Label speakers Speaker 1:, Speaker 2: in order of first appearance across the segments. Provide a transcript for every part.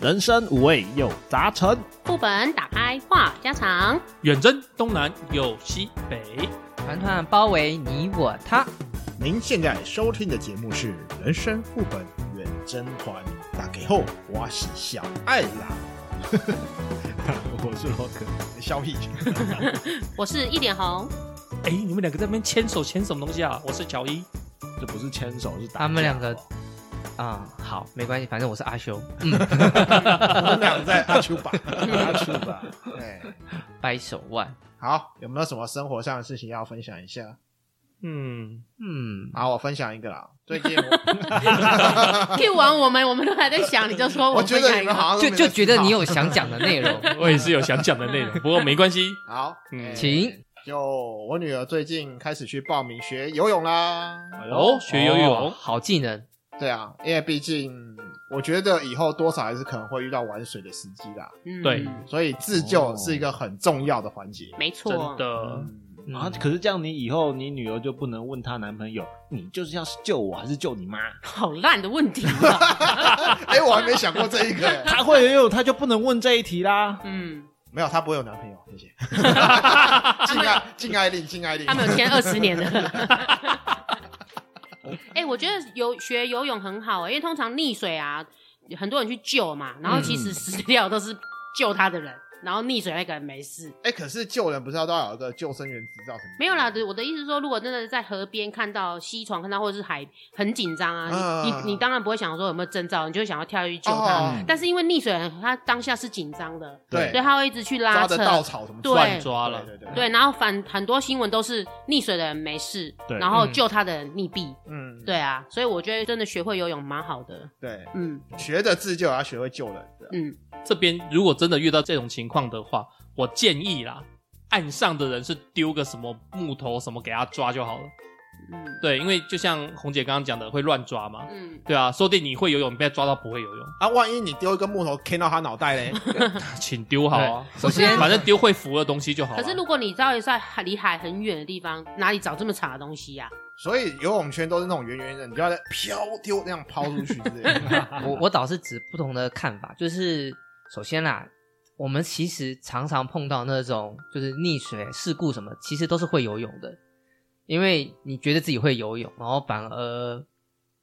Speaker 1: 人生五味又杂陈，
Speaker 2: 副本打开话家常，
Speaker 3: 远征东南有西北，
Speaker 4: 团团包围你我他。
Speaker 5: 您现在收听的节目是《人生副本远征团》，打给后我是小爱啦，
Speaker 1: 我是洛克。
Speaker 5: 小屁
Speaker 2: 我是一点 红，
Speaker 3: 哎，你们两个在那边牵手牵什么东西啊？我是乔伊，
Speaker 1: 这不是牵手，是打
Speaker 4: 他们
Speaker 1: 架
Speaker 4: 两个
Speaker 1: 好
Speaker 4: 啊、好，没关系，反正我是阿修，嗯
Speaker 5: 我们俩在阿丘吧，阿丘 吧，哎，
Speaker 4: 掰手腕。
Speaker 5: 好，有没有什么生活上的事情要分享一下？
Speaker 3: 嗯，
Speaker 4: 嗯，
Speaker 5: 好，我分享一个啦，最近我
Speaker 2: 听完我们，我们都还在想，你就说
Speaker 5: 我
Speaker 2: 们
Speaker 5: 觉
Speaker 2: 分
Speaker 5: 得
Speaker 2: 享
Speaker 5: 你
Speaker 2: 一个，
Speaker 5: 们好像都
Speaker 4: 嗯就
Speaker 5: 没
Speaker 4: 就
Speaker 5: 在
Speaker 4: 觉得
Speaker 5: 思
Speaker 4: 你
Speaker 5: 考
Speaker 4: 有想讲的 内容。
Speaker 3: 我也是有想讲的 内容，不过没关系。
Speaker 5: 好，
Speaker 3: 嗯
Speaker 5: 哎
Speaker 4: 请
Speaker 5: 就我女儿最近开始去报名学游泳啦，
Speaker 3: 哦，学游
Speaker 4: 哦
Speaker 3: 泳，
Speaker 4: 好技能，
Speaker 5: 对啊，因为毕竟我觉得以后多少还是可能会遇到玩水的时机啦，
Speaker 2: 嗯
Speaker 3: 对，
Speaker 5: 所以自救是一个很重要的环节。
Speaker 2: 没
Speaker 3: 真
Speaker 2: 错，
Speaker 3: 的，
Speaker 4: 嗯
Speaker 1: 啊，可是这样，你以后你女儿就不能问她男朋友，你就是要救我还是救你妈？
Speaker 2: 好烂的问题 啊，
Speaker 5: 哎、我还没想过这一个、哎
Speaker 1: 她会游泳，她就不能问这一题 啦。
Speaker 2: 嗯，
Speaker 5: 没有，她不会有男朋友，谢谢。敬爱敬爱令，敬爱令
Speaker 2: 他。们有签二十年 的。哎，我觉得游学游泳很好、欸因为通常溺水啊，很多人去救嘛，然后其
Speaker 3: 嗯
Speaker 2: 实死掉都是救他的人，然后溺水那个人没事。
Speaker 5: 哎、可是救人不是要都要有一个救生员执照什么？
Speaker 2: 没有啦，我的意思是说，如果真的在河边看到溪床，看到或者是海，很紧张啊，你
Speaker 5: 啊
Speaker 2: 你你当然不会想说有没有征兆，你就会想要跳下去救他。
Speaker 5: 哦，
Speaker 2: 但是因为溺水人，他当下是紧张的，
Speaker 5: 对
Speaker 2: 所以他会一直去拉
Speaker 5: 抓
Speaker 2: 扯
Speaker 5: 着。稻草什么
Speaker 2: 对
Speaker 3: 乱抓了，
Speaker 5: 对对对
Speaker 2: 对，然后反很多新闻都是溺水的人没事，
Speaker 1: 对
Speaker 2: 然后
Speaker 4: 嗯
Speaker 2: 救他的人溺毙。
Speaker 5: 嗯，
Speaker 2: 对啊，所以我觉得真的学会游泳蛮好的。
Speaker 5: 对，
Speaker 2: 嗯
Speaker 5: 学着自救也要学会救人。对啊
Speaker 2: 嗯，
Speaker 3: 这边如果真的遇到这种情况的话，我建议啦，岸上的人是丢个什么木头什么给他抓就好了。
Speaker 2: 嗯
Speaker 3: 对，因为就像红姐刚刚讲的，会乱抓嘛。
Speaker 2: 嗯，
Speaker 3: 对啊，说不定你会游泳，你被他抓到不会游泳，
Speaker 5: 啊，万一你丢一个木头 K 到他脑袋嘞？
Speaker 3: 请丢好啊。
Speaker 4: 首先
Speaker 3: 反正丢会浮的东西就好了。
Speaker 5: 啊
Speaker 2: 可是如果你知道在海离海很远的地方，哪里找这么长的东西啊呀、
Speaker 5: 所以游泳圈都是那种圆圆的，你就要在飘丢那样抛出去之类 的。
Speaker 3: 啊
Speaker 4: 我我倒是指不同的看法，就是首先啦，我们其实常常碰到那种就是溺水事故什么，其实都是会游泳的，因为你觉得自己会游泳，然后反而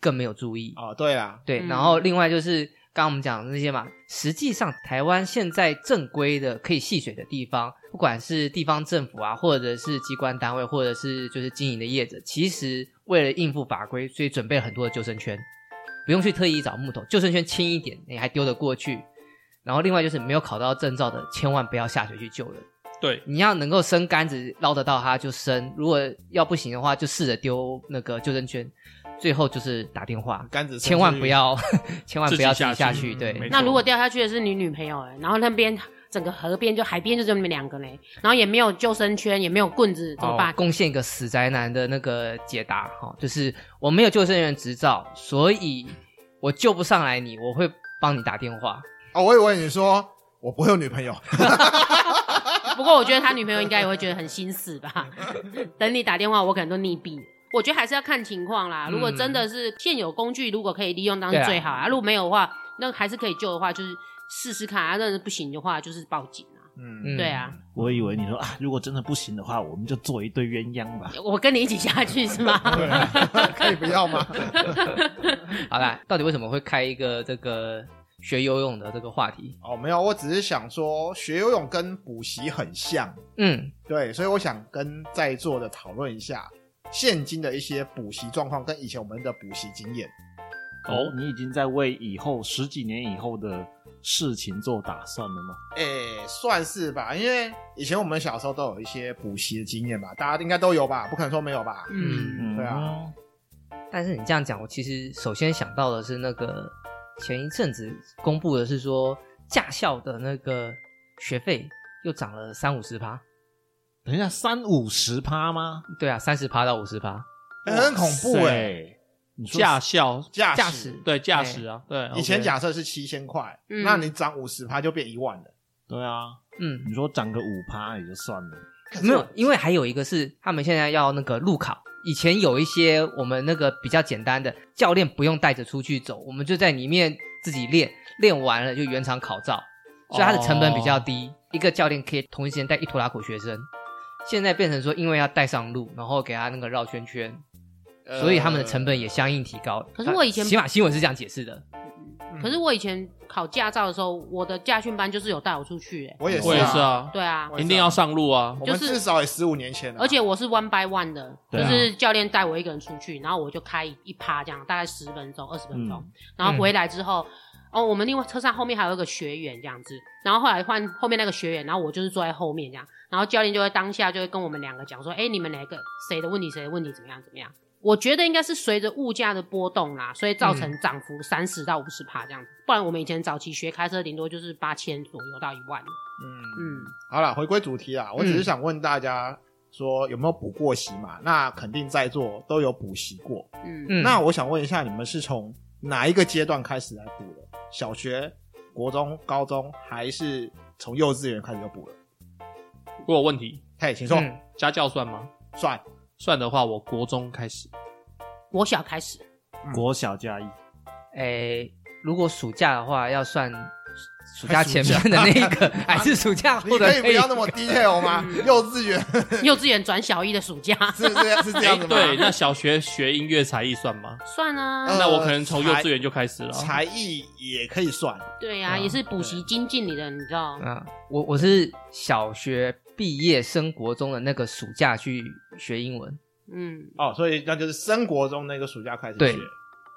Speaker 4: 更没有注意。
Speaker 5: 哦，对
Speaker 1: 啊
Speaker 5: 啦，
Speaker 4: 对，
Speaker 2: 嗯
Speaker 4: 然后另外就是刚刚我们讲的那些嘛，实际上台湾现在正规的可以戏水的地方，不管是地方政府啊，或者是机关单位，或者是就是经营的业者，其实为了应付法规，所以准备很多的救生圈，不用去特意找木头，救生圈轻一点，你还丢得过去。然后另外就是没有考到证照的，千万不要下水去救人。
Speaker 3: 对，
Speaker 4: 你要能够伸杆子捞得到它就伸，如果要不行的话，就试着丢那个救生圈。最后就是打电话，
Speaker 5: 杆子
Speaker 4: 千万
Speaker 5: 伸出
Speaker 4: 不
Speaker 5: 去。
Speaker 4: 要， 千万不要
Speaker 3: 自己下
Speaker 4: 自己下
Speaker 3: 去嗯
Speaker 4: 去。对，
Speaker 3: 没错
Speaker 2: 那如果掉下去的是你女朋友、哎，然后那边整个河边就海边就只有你们两个嘞，然后也没有救生圈，也没有棍子，怎么
Speaker 3: 哦
Speaker 2: 办？
Speaker 4: 贡献一个死宅男的那个解答哈、就是我没有救生员执照，所以我救不上来你，我会帮你打电话。
Speaker 5: 哦，我以为你说我不会有女朋友，
Speaker 2: 不过我觉得他女朋友应该也会觉得很心死 吧。等你打电话，我可能都溺毙了。我觉得还是要看情况
Speaker 3: 嗯
Speaker 2: 啦。如果真的是现有工具，如果可以利用，当然是最好啊。如果没有的话，那还是可以救的话，就是试试看啊。那不行的话，就是报警啊。
Speaker 5: 嗯，
Speaker 2: 对啊，
Speaker 1: 我以为你说啊，如果真的不行的话，我们就做一对鸳鸯吧。
Speaker 2: 我跟你一起下去是 吗？
Speaker 5: 对 啊，可以不要吗？
Speaker 4: 好啦，到底为什么会开一个这个学游泳的这个话题？
Speaker 5: 哦，没有，我只是想说，学游泳跟补习很像，
Speaker 4: 嗯，
Speaker 5: 对，所以我想跟在座的讨论一下现今的一些补习状况跟以前我们的补习经验。
Speaker 1: 哦，你已经在为以后十几年以后的事情做打算了吗？
Speaker 5: 诶、算是吧，因为以前我们小时候都有一些补习的经验吧，大家应该都有吧，不可能说没有吧？
Speaker 2: 嗯，
Speaker 1: 嗯
Speaker 5: 对啊，
Speaker 4: 但是你这样讲，我其实首先想到的是那个前一阵子公布的是说驾校的那个学费又涨了三五十趴，
Speaker 1: 等一下，三五十趴吗？
Speaker 4: 对啊，三十趴到五十趴。
Speaker 5: 很恐怖哎、
Speaker 1: 欸你说
Speaker 3: 驾校
Speaker 5: 驾
Speaker 4: 驾
Speaker 5: 驶
Speaker 4: 驶
Speaker 3: 对驾驶啊，对，
Speaker 5: 以前
Speaker 3: OK
Speaker 5: 假设是七千块，
Speaker 2: 嗯
Speaker 5: 那你涨五十趴就变一万了。
Speaker 1: 对啊，
Speaker 4: 嗯，
Speaker 1: 你说涨个五趴也就算了，
Speaker 5: 可是
Speaker 4: 没有，因为还有一个是他们现在要那个路考。以前有一些我们那个比较简单的，教练不用带着出去走，我们就在里面自己练，练完了就原厂考照，所以它的成本比较
Speaker 5: 哦
Speaker 4: 低。一个教练可以同一时间带一拖拉苦学生，现在变成说，因为要带上路，然后给他那个绕圈圈，
Speaker 5: 呃
Speaker 3: 呃
Speaker 4: 所以他们的成本也相应提高。
Speaker 2: 可是我以前
Speaker 4: 起码新闻是这样解释的，
Speaker 2: 嗯
Speaker 5: 嗯
Speaker 2: 可是我以前考驾照的时候，我的驾训班就是有带我出去、欸，
Speaker 5: 我也是、啊，
Speaker 3: 我也是啊，
Speaker 2: 对啊，
Speaker 3: 一定要上路啊。
Speaker 5: 我
Speaker 2: 就
Speaker 5: 们
Speaker 2: 是
Speaker 5: 至少也十五年前了、
Speaker 2: 而且我是 one by one 的，
Speaker 1: 啊对啊
Speaker 2: 就是教练带我一个人出去，然后我就开一趴这样，大概十分钟、二十分钟，
Speaker 1: 嗯
Speaker 2: 然后回来之后。哦，我们另外车上后面还有一个学员这样子，然后后来换后面那个学员，然后我就是坐在后面这样，然后教练就会当下就会跟我们两个讲说，哎，你们哪个谁的问题，谁的问题怎么样怎么样？我觉得应该是随着物价的波动啦，所以造成
Speaker 1: 嗯
Speaker 2: 涨幅三十到五十帕这样子，不然我们以前早期学开车顶多就是八千左右到一万，
Speaker 5: 嗯，
Speaker 2: 嗯，
Speaker 5: 好了，回归主题啊，我只是想问大家说有没有补过习嘛？那肯定在座都有补习过。
Speaker 2: 嗯，
Speaker 4: 嗯，
Speaker 5: 那我想问一下，你们是从哪一个阶段开始来补的？小学、国中、高中，还是从幼稚园开始就补了？
Speaker 3: 我有问题，
Speaker 5: 嘿，请说，嗯
Speaker 4: 嗯
Speaker 3: 家教算吗？
Speaker 5: 算
Speaker 3: 算的话，我国中开始，
Speaker 2: 我小开始，
Speaker 1: 国小加一，
Speaker 4: 诶，如果暑假的话，要算暑假前面的那一 个，还是暑假
Speaker 5: 你
Speaker 4: 后的
Speaker 5: 可以
Speaker 4: 那
Speaker 5: 不
Speaker 4: 一
Speaker 5: 要
Speaker 4: 个？
Speaker 5: 那么 detail 吗？幼稚园
Speaker 2: 幼稚园转小一的暑假
Speaker 5: 是这样是这样
Speaker 3: 哎，
Speaker 5: 子吗？
Speaker 3: 对，那小学学音乐才艺算吗？
Speaker 2: 算啊，
Speaker 5: 呃
Speaker 3: 那我可能从幼稚园就开始了。啊
Speaker 5: 才艺也可以算，
Speaker 2: 对呀、啊，
Speaker 4: 嗯
Speaker 2: 也是补习精进你的，你知道？
Speaker 4: 啊，我我是小学毕业升国中的那个暑假去学英文，
Speaker 2: 嗯，
Speaker 5: 哦，所以那就是升国中那个暑假开始
Speaker 4: 对
Speaker 5: 学。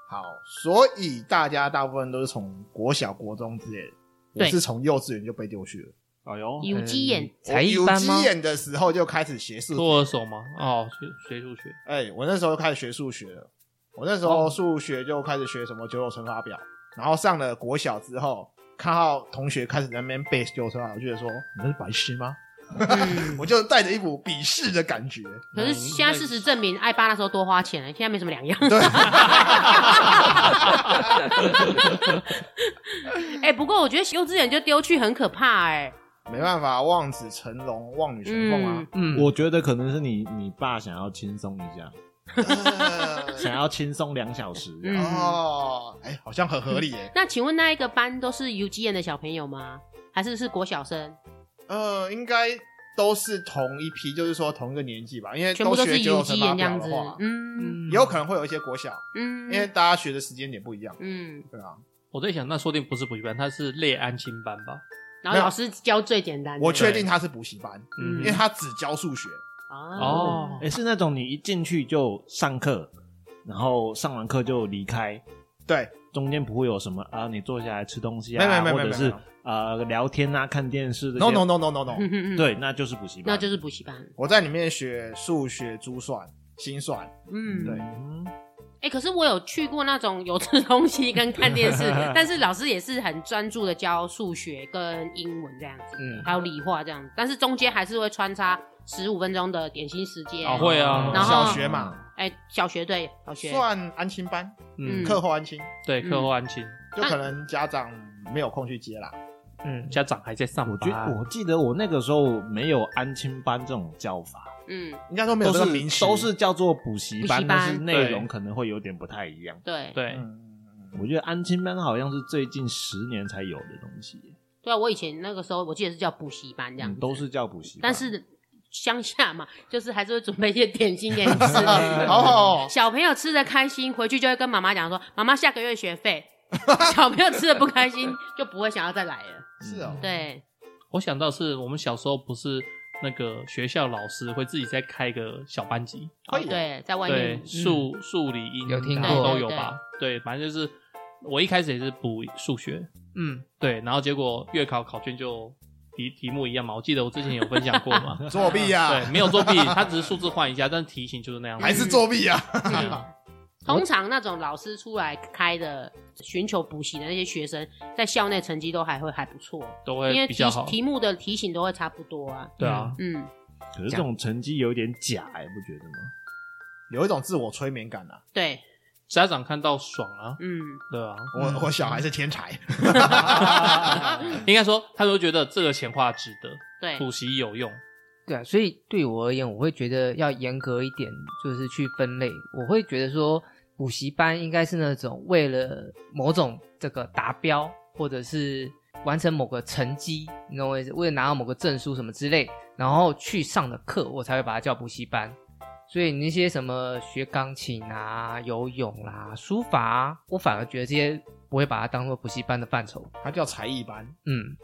Speaker 5: 好，所以大家大部分都是从国小、国中之类的，我
Speaker 2: 对
Speaker 5: 是从幼稚园就被丢去了。
Speaker 1: 哎呦，
Speaker 2: 有机眼
Speaker 4: 嗯，才艺班吗
Speaker 5: 哦我有？眼的时候就开始学数，
Speaker 3: 托儿所吗？哦，学学数学。
Speaker 5: 哎、我那时候就开始学数学了。我那时候数学就开始学什么九九乘法表，然后上了国小之后，看到同学开始在那边背九九乘法表，我就觉得说你们是白痴吗？
Speaker 2: 嗯
Speaker 5: 我就带着一股鄙视的感觉。
Speaker 2: 可是现在事实证明，艾巴那时候多花钱了，现在没什么两样。
Speaker 5: 对，
Speaker 2: 哎、不过我觉得幼稚园就丢去很可怕哎、
Speaker 5: 没办法，望子成龙，望女成凤啊。
Speaker 4: 嗯，
Speaker 1: 我觉得可能是你你爸想要轻松一下， 想要轻松两小时这样。
Speaker 5: 呃
Speaker 2: 嗯
Speaker 5: 哦，哎、好像很合理耶。
Speaker 2: 那请问那一个班都是有机眼的小朋友吗？还是是国小生？嗯
Speaker 5: 呃，应该都是同一批，就是说同一个年纪吧，因为
Speaker 2: 全部
Speaker 5: 都
Speaker 2: 是
Speaker 5: 学
Speaker 2: 有
Speaker 5: 九九
Speaker 2: 机
Speaker 5: 乘法
Speaker 2: 眼这
Speaker 5: 表
Speaker 2: 样
Speaker 5: 的
Speaker 2: 子
Speaker 5: 话，，
Speaker 2: 嗯
Speaker 5: 也有可能会有一些国小，
Speaker 2: 嗯，
Speaker 5: 因为大家学的时间点不一样，
Speaker 2: 嗯，
Speaker 5: 对啊。
Speaker 3: 我在想，那说不定不是补习班，它是类安亲班吧？
Speaker 2: 然后老师教最简单的，
Speaker 5: 我确定他是补习班，
Speaker 2: 嗯
Speaker 5: 因为他只教数学，
Speaker 2: 哦
Speaker 3: 哦，
Speaker 1: 哎、是那种你一进去就上课，然后上完课就离开，
Speaker 5: 对，
Speaker 1: 中间不会有什么啊，你坐下来吃东西
Speaker 5: 没
Speaker 1: 啊，
Speaker 5: 有没有
Speaker 1: 或
Speaker 5: 没有
Speaker 1: 者
Speaker 5: 没
Speaker 1: 是
Speaker 5: 有
Speaker 1: 呃聊天啊、看电视的。
Speaker 5: No no no no no no，
Speaker 2: 嗯嗯嗯，
Speaker 1: 对，那就是补习班，
Speaker 2: 那就是补习班。
Speaker 5: 我在里面学数学、珠算、心算，
Speaker 2: 嗯，
Speaker 5: 对
Speaker 1: 嗯
Speaker 2: 哎、可是我有去过那种有吃东西跟看电视，但是老师也是很专注的教数学跟英文这样子，
Speaker 4: 嗯
Speaker 2: 还有理化这样子，但是中间还是会穿插十五分钟的点心时间。
Speaker 3: 哦会啊
Speaker 2: 然后
Speaker 5: 小学嘛，
Speaker 2: 哎、小学对小学，
Speaker 5: 算安亲班，
Speaker 3: 嗯
Speaker 2: 嗯，
Speaker 5: 课后安亲，
Speaker 3: 对，
Speaker 2: 嗯
Speaker 3: 课后安亲，
Speaker 5: 就可能家长没有空去接啦。
Speaker 4: 嗯，
Speaker 3: 家长还在上
Speaker 1: 我觉
Speaker 3: 班。
Speaker 1: 我记得我那个时候没有安亲班这种叫法，
Speaker 2: 嗯，
Speaker 5: 应该说没有
Speaker 1: 都
Speaker 5: 这个名
Speaker 1: 是
Speaker 5: 词，
Speaker 1: 都 是叫做补习
Speaker 2: 补
Speaker 1: 班
Speaker 2: 习，班
Speaker 1: 但是内容
Speaker 3: 对
Speaker 1: 可能会有点不太一样。
Speaker 2: 对
Speaker 3: 对，
Speaker 5: 嗯，，
Speaker 1: 我觉得安亲班好像是最近十年才有的东西，
Speaker 2: 对啊，我以前那个时候我记得是叫补习班这样
Speaker 1: 嗯
Speaker 2: 子，
Speaker 1: 都是叫补习班。
Speaker 2: 但是乡下嘛，就是还是会准备一些点心给你吃
Speaker 5: 好好 哦
Speaker 2: 小朋友吃的开心，回去就会跟妈妈讲说：“妈妈，下个月学费。”小朋友吃的不开心，就不会想要再来了。
Speaker 5: 是哦，
Speaker 2: 对，
Speaker 3: 我想到是我们小时候不是那个学校老师会自己再开一个小班级，
Speaker 2: 哦
Speaker 5: 会有
Speaker 2: 对，在外
Speaker 3: 对
Speaker 2: 面，嗯
Speaker 3: 数数理英
Speaker 4: 嗯有听
Speaker 3: 大
Speaker 4: 过
Speaker 3: 都有吧？对，反正就是我一开始也是补数学，
Speaker 4: 嗯，
Speaker 3: 对，然后结果月考考卷就题题目一样嘛，我记得我之前有分享过嘛，
Speaker 5: 作弊呀
Speaker 3: 对，，没有作弊，它只是数字换一下，但是题型就是那样子。
Speaker 5: 啊还是作弊啊呀？
Speaker 2: 嗯通常那种老师出来开的寻求补习的那些学生，在校内成绩都还会还不错，
Speaker 3: 都
Speaker 2: 因
Speaker 3: 会
Speaker 2: 为
Speaker 3: 比
Speaker 2: 题
Speaker 3: 较好。
Speaker 2: 题目的题型都会差不多啊。
Speaker 3: 对啊，
Speaker 2: 嗯，
Speaker 1: 可是这种成绩有点假、哎，不觉得吗？
Speaker 5: 有一种自我催眠感啊。
Speaker 2: 对，
Speaker 3: 家长看到爽啊，
Speaker 2: 嗯，
Speaker 3: 对啊，
Speaker 5: 我我小孩是天才，
Speaker 3: 应该说他都觉得这个钱花值得，
Speaker 2: 对，
Speaker 3: 补习有用。
Speaker 4: 对啊，所以对我而言，我会觉得要严格一点，就是去分类。我会觉得说，补习班应该是那种为了某种这个达标，或者是完成某个成绩，你懂我意思？为了拿到某个证书什么之类，然后去上的课，我才会把它叫补习班。所以你那些什么学钢琴啊、游泳啦、书法啊，我反而觉得这些不会把它当做补习班的范畴。
Speaker 5: 它叫才艺班。
Speaker 4: 嗯，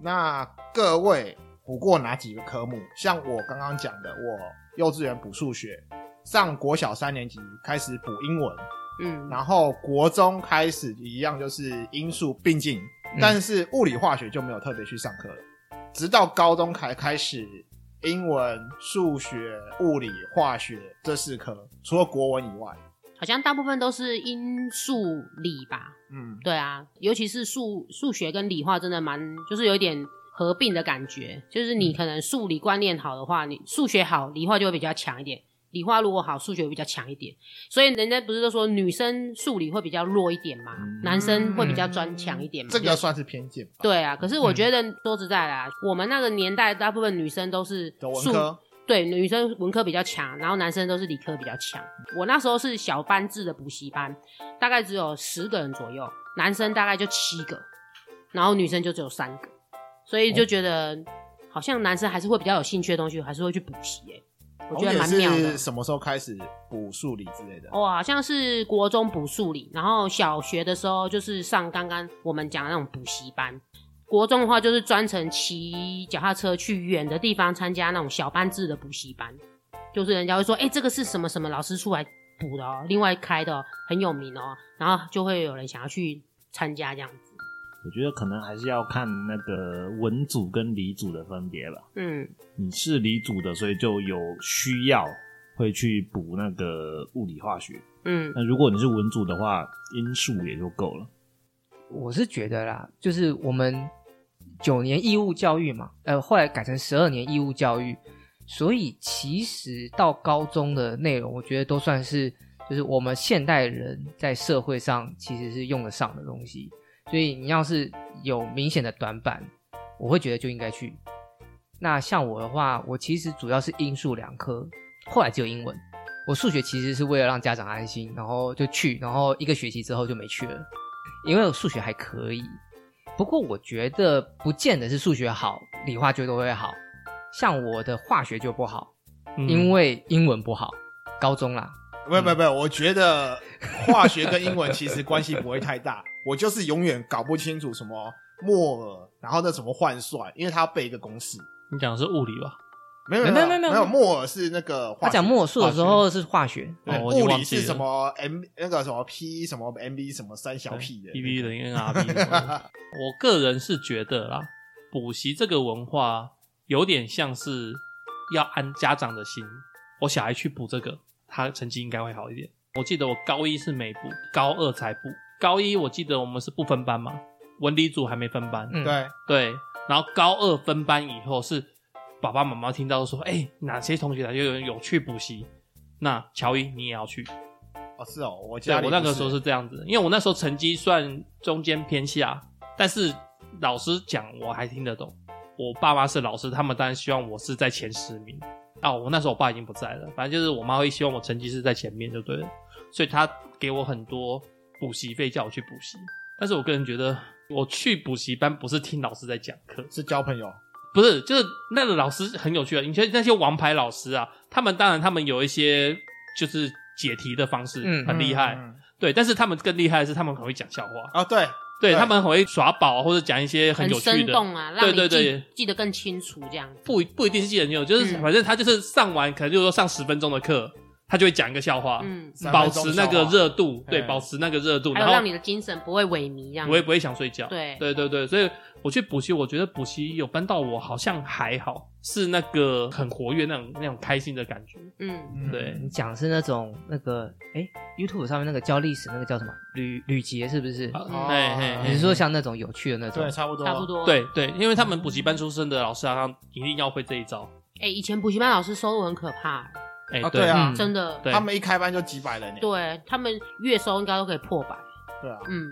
Speaker 5: 那各位补过哪几个科目？像我刚刚讲的，我幼稚园补数学，上国小三年级开始补英文，
Speaker 2: 嗯，
Speaker 5: 然后国中开始一样就是英数并进，
Speaker 2: 嗯
Speaker 5: 但是物理化学就没有特别去上课了，直到高中才开始英文、数学、物理、化学这四科，除了国文以外，
Speaker 2: 好像大部分都是因数理吧，
Speaker 5: 嗯，
Speaker 2: 对啊，尤其是数数学跟理化真的蛮，就是有点合并的感觉。就是
Speaker 5: 嗯
Speaker 2: 你可能数理观念好的话，你数学好，理化就会比较强一点；理化如果好，数学会比较强一点。所以人家不是都说女生数理会比较弱一点嘛，
Speaker 1: 嗯
Speaker 2: 男生会比较专强一点嘛？
Speaker 5: 这个嗯算是偏见吧？
Speaker 2: 对啊。可是我觉得说实在啦，我们那个年代大部分女生都是
Speaker 5: 有文
Speaker 2: 数
Speaker 5: 科，
Speaker 2: 对，女生文科比较强，然后男生都是理科比较强。我那时候是小班制的补习班，大概只有十个人左右，男生大概就七个，然后女生就只有三个，所以就觉得、好像男生还是会比较有兴趣的东西，还是会去补习耶。我觉得蛮妙
Speaker 5: 我
Speaker 2: 的啊
Speaker 5: 也是。什么时候开始补数理之类的？
Speaker 4: 哦
Speaker 2: 我、哦好像是国中补数理，然后小学的时候就是上刚刚我们讲的那种补习班。国中的话就是专程骑脚踏车去远的地方参加那种小班制的补习班，就是人家会说，哎、这个是什么什么老师出来补的哦，另外开的、哦、很有名哦，然后就会有人想要去参加这样子。
Speaker 1: 我觉得可能还是要看那个文组跟理组的分别吧。
Speaker 2: 嗯，
Speaker 1: 你是理组的，所以就有需要会去补那个物理化学。
Speaker 2: 嗯，
Speaker 1: 那如果你是文组的话，因数也就够了。
Speaker 4: 我是觉得啦，就是我们九年义务教育嘛，呃，后来改成十二年义务教育，所以其实到高中的内容，我觉得都算是就是我们现代人在社会上其实是用得上的东西。所以你要是有明显的短板，我会觉得就应该去。那像我的话，我其实主要是英数两科，后来只有英文。我数学其实是为了让家长安心，然后就去，然后一个学期之后就没去了。因为我数学还可以，不过我觉得不见得是数学好，理化就都会好。像我的化学就不好，
Speaker 3: 嗯
Speaker 4: 因为英文不好，高中啦。
Speaker 5: 不不不，我觉得化学跟英文其实关系不会太大。我就是永远搞不清楚什么摩尔，然后那什么换算，因为他背一个公式。
Speaker 3: 你讲的是物理吧？
Speaker 5: 没有
Speaker 4: 没
Speaker 5: 有
Speaker 4: 有
Speaker 5: 没
Speaker 4: 没有没有
Speaker 5: 没有，摩尔是那个化学
Speaker 4: 他讲墨数的时候是化学，
Speaker 5: 对
Speaker 3: 哦我已经
Speaker 5: 物
Speaker 3: 忘
Speaker 5: 理
Speaker 3: 记了
Speaker 5: 是什么 M 那个什么 P 什么 MB 什么三小 P 的
Speaker 3: 嗯 P B 等于 N R B。我个人是觉得啦，补习这个文化有点像是要安家长的心，我小孩去补这个，他成绩应该会好一点。我记得我高一是没补，高二才补。高一我记得我们是不分班嘛，文理组还没分班，
Speaker 4: 嗯，
Speaker 5: 对，
Speaker 3: 对。然后高二分班以后是爸爸妈妈听到说，哎、哪些同学哪些人有去补习，那乔伊你也要去。
Speaker 5: 哦是哦，我
Speaker 3: 对
Speaker 5: 家里
Speaker 3: 我那个
Speaker 5: 不
Speaker 3: 时候是这样子，因为我那时候成绩算中间偏下，但是老师讲我还听得懂。我爸妈是老师，他们当然希望我是在前十名。啊，我那时候我爸已经不在了，反正就是我妈会希望我成绩是在前面就对了，所以她给我很多补习费叫我去补习。但是我个人觉得，我去补习班不是听老师在讲课，
Speaker 5: 是交朋友，
Speaker 3: 不是，就是那个老师很有趣啊。你觉得那些王牌老师啊，他们当然他们有一些就是解题的方式
Speaker 4: 嗯
Speaker 3: 很厉害，
Speaker 5: 嗯嗯
Speaker 3: 对，但是他们更厉害的是，他们很会讲笑话，
Speaker 5: 啊对，
Speaker 3: 对
Speaker 5: 对
Speaker 3: 他们很会耍宝啊或者讲一些
Speaker 2: 很
Speaker 3: 有趣
Speaker 2: 生
Speaker 3: 的，
Speaker 2: 动啊，让你记
Speaker 3: 对对对
Speaker 2: 记得更清楚这样子。
Speaker 3: 不不一定是记得很久，就是
Speaker 2: 嗯
Speaker 3: 反正他就是上完，可能就是说上十分钟的课，他就会讲一个笑话，
Speaker 2: 嗯，
Speaker 5: 三
Speaker 3: 保
Speaker 5: 分钟
Speaker 3: 持那个
Speaker 5: 笑话
Speaker 3: 热度，对，
Speaker 5: 嗯
Speaker 3: 保持那个热度，
Speaker 2: 还
Speaker 3: 然
Speaker 2: 有
Speaker 3: 后
Speaker 2: 让你的精神不会萎靡这样
Speaker 3: 不
Speaker 2: 子。
Speaker 3: 会不会想睡觉，
Speaker 2: 对
Speaker 3: 对对对，所以我去补习，我觉得补习有帮到我，好像还好，是那个很活跃那种那种开心的感觉，
Speaker 2: 嗯，
Speaker 5: 嗯
Speaker 3: 对
Speaker 4: 你讲的是那种那个哎，YouTube 上面那个教历史那个叫什么吕吕杰是不是？
Speaker 5: 哦
Speaker 3: 啊嘿嘿
Speaker 4: 你
Speaker 3: 嘿
Speaker 4: 是说像那种有趣的那种
Speaker 5: 对？差
Speaker 3: 嗯
Speaker 5: 不多
Speaker 2: 差不多。
Speaker 3: 对对，因为他们补习班出身的老师好像一定要会这一招，
Speaker 2: 哎、以前补习班老师收入很可怕、
Speaker 3: 哎、
Speaker 5: 啊对啊
Speaker 4: 嗯，
Speaker 2: 真的。
Speaker 3: 对
Speaker 5: 他们一开班就几百人耶，
Speaker 2: 对他们月收应该都可以破百，
Speaker 5: 对啊，
Speaker 2: 嗯，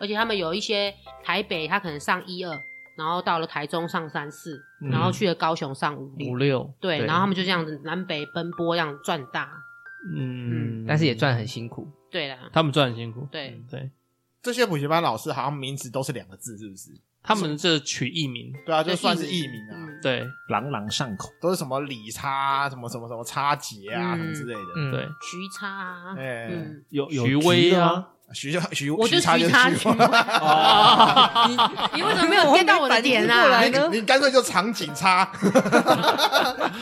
Speaker 2: 而且他们有一些台北，他可能上一二，然后到了台中上三四，
Speaker 3: 嗯
Speaker 2: 然后去了高雄上五六
Speaker 4: 五，六
Speaker 2: 对，然后他们就这样子南北奔波，这样赚大，
Speaker 3: 嗯
Speaker 4: 但是也赚很辛苦。
Speaker 2: 对啦，
Speaker 3: 他们赚得很辛苦。嗯
Speaker 2: 对，
Speaker 3: 对
Speaker 5: 这些补习班老师好像名字都是两个字，是不是？
Speaker 3: 他们这取艺名，
Speaker 5: 对啊，就
Speaker 2: 就
Speaker 5: 算
Speaker 2: 艺
Speaker 5: 是艺
Speaker 2: 名
Speaker 5: 名啊，
Speaker 2: 嗯
Speaker 3: 对
Speaker 1: 朗朗上口。
Speaker 5: 都是什么李差、啊什么什么什么差杰啊，
Speaker 2: 嗯
Speaker 5: 什么之类的。
Speaker 4: 嗯，
Speaker 3: 对，
Speaker 2: 徐差啊，
Speaker 5: 哎
Speaker 2: 嗯，
Speaker 1: 有有
Speaker 3: 徐威
Speaker 1: 局
Speaker 3: 啊
Speaker 1: 啊，
Speaker 5: 徐徐
Speaker 2: 我就
Speaker 5: 徐差
Speaker 2: 徐
Speaker 5: 就
Speaker 2: 差
Speaker 5: 徐
Speaker 2: 徐
Speaker 5: 嘛啊
Speaker 3: 哦
Speaker 2: 你为什么没有 get 到我的点
Speaker 4: 我没反
Speaker 2: 啊
Speaker 4: 应？过来呢
Speaker 5: 你你干脆就长警差，何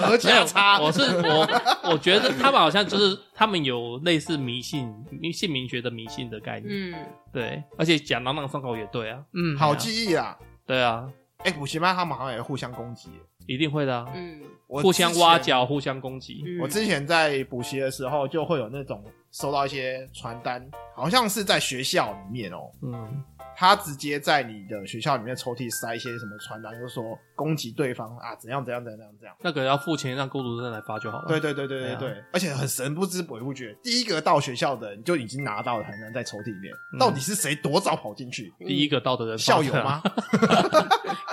Speaker 3: 没有
Speaker 5: 家差，
Speaker 3: 我是我，我觉得他们好像就是他们有类似迷信、迷信民学的迷信的概念，
Speaker 2: 嗯，
Speaker 3: 对，而且讲朗朗上口也对啊，
Speaker 4: 嗯，
Speaker 5: 好记忆啊！
Speaker 3: 对啊，
Speaker 5: 哎，补习班他们好像也互相攻击，
Speaker 3: 一定会的啊，
Speaker 2: 嗯
Speaker 5: 我
Speaker 3: 互相挖
Speaker 5: 角。
Speaker 3: 角、互相攻击，
Speaker 2: 嗯，
Speaker 5: 我之前在补习的时候，就会有那种收到一些传单，好像是在学校里面哦，
Speaker 3: 嗯，
Speaker 5: 他直接在你的学校里面抽屉塞一些什么传单，就说攻击对方啊，怎样怎样怎样怎样怎样。
Speaker 3: 那个要付钱让孤独症来发就好了，
Speaker 5: 对对对对对对，
Speaker 3: 哦对
Speaker 5: 而且很神不知鬼不觉，第一个到学校的人就已经拿到了，还能在抽屉里面。
Speaker 3: 嗯
Speaker 5: 到底是谁多早跑进去？
Speaker 3: 第一个到的人
Speaker 5: 校友
Speaker 3: 发的啊
Speaker 5: 吗？？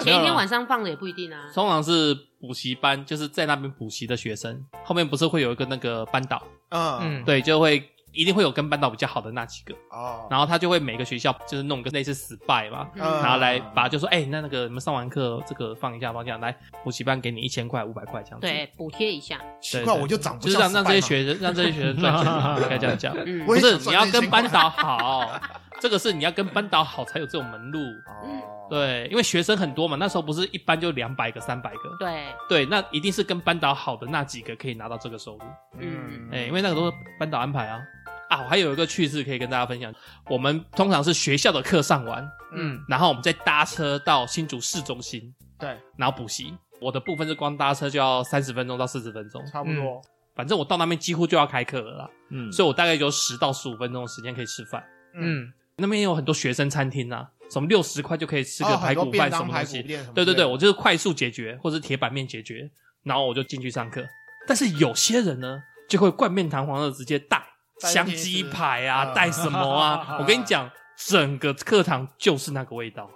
Speaker 2: 前
Speaker 5: 呃
Speaker 2: 一天晚上放的也不一定啊。
Speaker 3: 通常是补习班，就是在那边补习的学生，后面不是会有一个那个班导，
Speaker 5: 嗯
Speaker 4: 嗯，
Speaker 3: 对，就会一定会有跟班导比较好的那几个，
Speaker 5: 哦，
Speaker 3: 然后他就会每个学校就是弄个类似 spy 嘛，
Speaker 5: 嗯
Speaker 3: 然后来把就说，哎、那那个你们上完课这个放一下，放一下，来补习班给你一千块、五百块这样子，
Speaker 2: 对，补贴一下，
Speaker 5: 奇怪，
Speaker 3: 对
Speaker 5: 我就长不
Speaker 3: 就是
Speaker 5: 像
Speaker 3: 让让
Speaker 5: 失败嘛
Speaker 3: 这些学生让这些学生赚 钱，应该这样讲，
Speaker 2: 嗯
Speaker 5: 我
Speaker 3: 不
Speaker 5: 也
Speaker 3: 是
Speaker 5: 想赚
Speaker 3: 你要
Speaker 5: 这一
Speaker 3: 跟
Speaker 5: 千
Speaker 3: 班
Speaker 5: 块
Speaker 3: 导好，这个是你要跟班导好才有这种门路。
Speaker 5: 哦，
Speaker 3: 嗯对，因为学生很多嘛，那时候不是一般就两百个、三百个，
Speaker 2: 对，
Speaker 3: 对，那一定是跟班导好的那几个可以拿到这个收入。
Speaker 2: 嗯
Speaker 3: 哎、因为那个都是班导安排啊。啊，我还有一个趣事可以跟大家分享。我们通常是学校的课上完，
Speaker 4: 嗯，
Speaker 3: 然后我们再搭车到新竹市中心，
Speaker 5: 对，
Speaker 3: 然后补习。我的部分是光搭车就要三十分钟到四十分钟，
Speaker 5: 差不多。
Speaker 3: 反正我到那边几乎就要开课了啦，
Speaker 1: 嗯，
Speaker 3: 所以我大概有十到十五分钟的时间可以吃饭。
Speaker 4: 嗯，
Speaker 3: 那边也有很多学生餐厅啊，什么六十块就可以吃个
Speaker 5: 哦
Speaker 3: 排
Speaker 5: 很多
Speaker 3: 骨
Speaker 5: 便
Speaker 3: 饭什
Speaker 5: 当
Speaker 3: 么
Speaker 5: 排
Speaker 3: 东
Speaker 5: 骨
Speaker 3: 西。
Speaker 5: 店什么之
Speaker 3: 对
Speaker 5: 类
Speaker 3: 对
Speaker 5: 的，
Speaker 3: 对，我就是快速解决，或是铁板面解决，然后我就进去上课。但是有些人呢，就会冠冕堂皇的直接带
Speaker 5: 带
Speaker 3: 香
Speaker 5: 进去
Speaker 3: 鸡排啊，
Speaker 5: 嗯
Speaker 3: 带什么 啊？我跟你讲，整个课堂就是那个味道。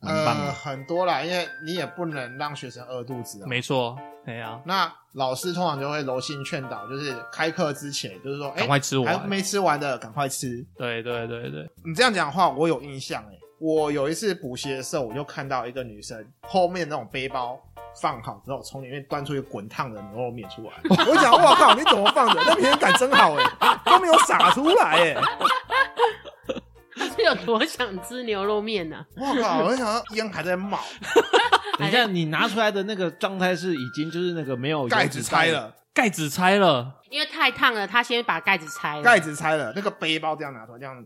Speaker 1: 蛮棒
Speaker 5: 呃，
Speaker 1: 的。
Speaker 5: 很多啦，因为你也不能让学生饿肚子啊。
Speaker 3: 没错，哎呀，
Speaker 5: 那老师通常就会柔性劝导，就是开课之前，就是说，哎、
Speaker 3: 赶快吃完
Speaker 5: 还没吃完的赶快吃。
Speaker 3: 对对对对，
Speaker 5: 你这样讲的话，我有印象哎、我有一次补习的时候，我就看到一个女生后面那种背包放好之后，从里面端出一个滚烫的牛肉面出来。我讲，我靠，你怎么放的？那平衡感真好哎、都没有洒出来哎、
Speaker 2: 他是有多想吃牛肉面呢？
Speaker 5: 我靠，我就想到烟还在冒，
Speaker 1: 等一下，你拿出来的那个状态是已经就是那个没 有
Speaker 5: 盖子拆了，
Speaker 3: 盖子拆了，
Speaker 2: 因为太烫了，他先把盖子拆了。
Speaker 5: 盖子拆了，那个背包这样拿出来，这样，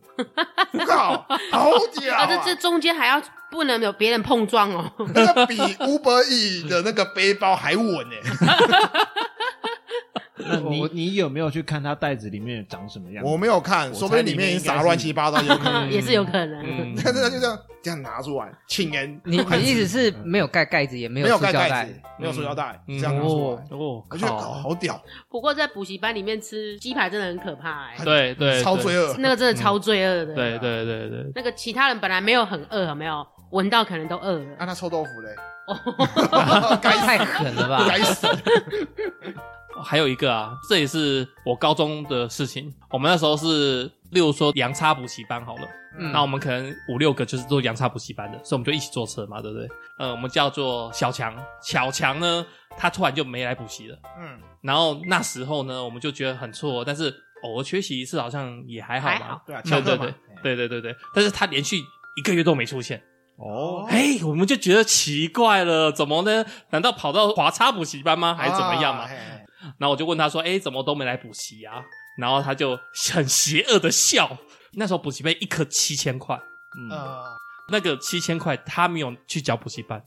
Speaker 5: 我靠，好屌、啊！
Speaker 2: 啊，这这中间还要不能有别人碰撞哦，
Speaker 5: 那个比 Uber E 的那个背包还稳欸呢、
Speaker 1: 那你
Speaker 4: 我
Speaker 1: 你有没有去看它袋子里面长什么样子？
Speaker 5: 我没有看，
Speaker 1: 我
Speaker 5: 说不定里面已经撒乱七八糟，有可 能。
Speaker 2: 也是有可能。
Speaker 3: 嗯，
Speaker 5: 但是他就这样这样拿出来，请人
Speaker 4: 你你的意思是没有盖盖子，也没
Speaker 5: 嗯没有
Speaker 4: 塑
Speaker 5: 盖
Speaker 4: 胶
Speaker 5: 盖
Speaker 4: 袋
Speaker 5: 子，，没有塑胶袋，
Speaker 3: 嗯
Speaker 5: 这样拿出来，
Speaker 3: 哦，
Speaker 5: 我觉得哦
Speaker 3: 靠，
Speaker 5: 好屌，
Speaker 2: 不过在补习班里面吃鸡排真的很可怕哎，
Speaker 3: 对对，
Speaker 5: 超罪恶。
Speaker 2: 那个真的超罪恶的。
Speaker 3: 嗯对，对对对对，
Speaker 2: 那个其他人本来没有很饿，有没有闻到可能都饿
Speaker 5: 那
Speaker 2: 了。
Speaker 5: 他臭豆腐嘞，
Speaker 2: 哦
Speaker 4: 太狠了吧？
Speaker 5: 该 死！
Speaker 3: 还有一个啊，这也是我高中的事情。我们那时候是，例如说洋差补习班好了，
Speaker 4: 嗯
Speaker 3: 那我们可能五六个就是做洋差补习班的，所以我们就一起坐车嘛，对不对？呃，我们叫做小强，小强呢，他突然就没来补习了。
Speaker 5: 嗯，
Speaker 3: 然后那时候呢，我们就觉得很错，但是偶尔缺席一次好像也还好
Speaker 2: 还
Speaker 3: 嘛
Speaker 2: 好。
Speaker 5: 对啊，
Speaker 3: 对
Speaker 5: 翘
Speaker 3: 对
Speaker 5: 课嘛
Speaker 3: 对。对对对对，但是他连续一个月都没出现，
Speaker 1: 哦，
Speaker 3: 哎、我们就觉得奇怪了，怎么呢？难道跑到华差补习班吗？还是怎么样嘛？
Speaker 5: 啊嘿嘿
Speaker 3: 然后我就问他说：“哎，怎么都没来补习啊？”然后他就很邪恶的笑。那时候补习费一科七千块，
Speaker 1: 嗯，
Speaker 5: 呃，
Speaker 3: 那个七千块他没有去缴补习班，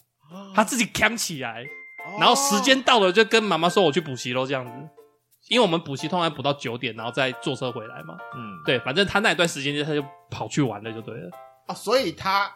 Speaker 3: 他自己扛起来，
Speaker 5: 哦
Speaker 3: 然后时间到了就跟妈妈说我去补习咯，这样子。因为我们补习通常补到九点，然后再坐车回来嘛。
Speaker 1: 嗯，
Speaker 3: 对，反正他那一段时间就他就跑去玩了，就对了。
Speaker 5: 哦，所以他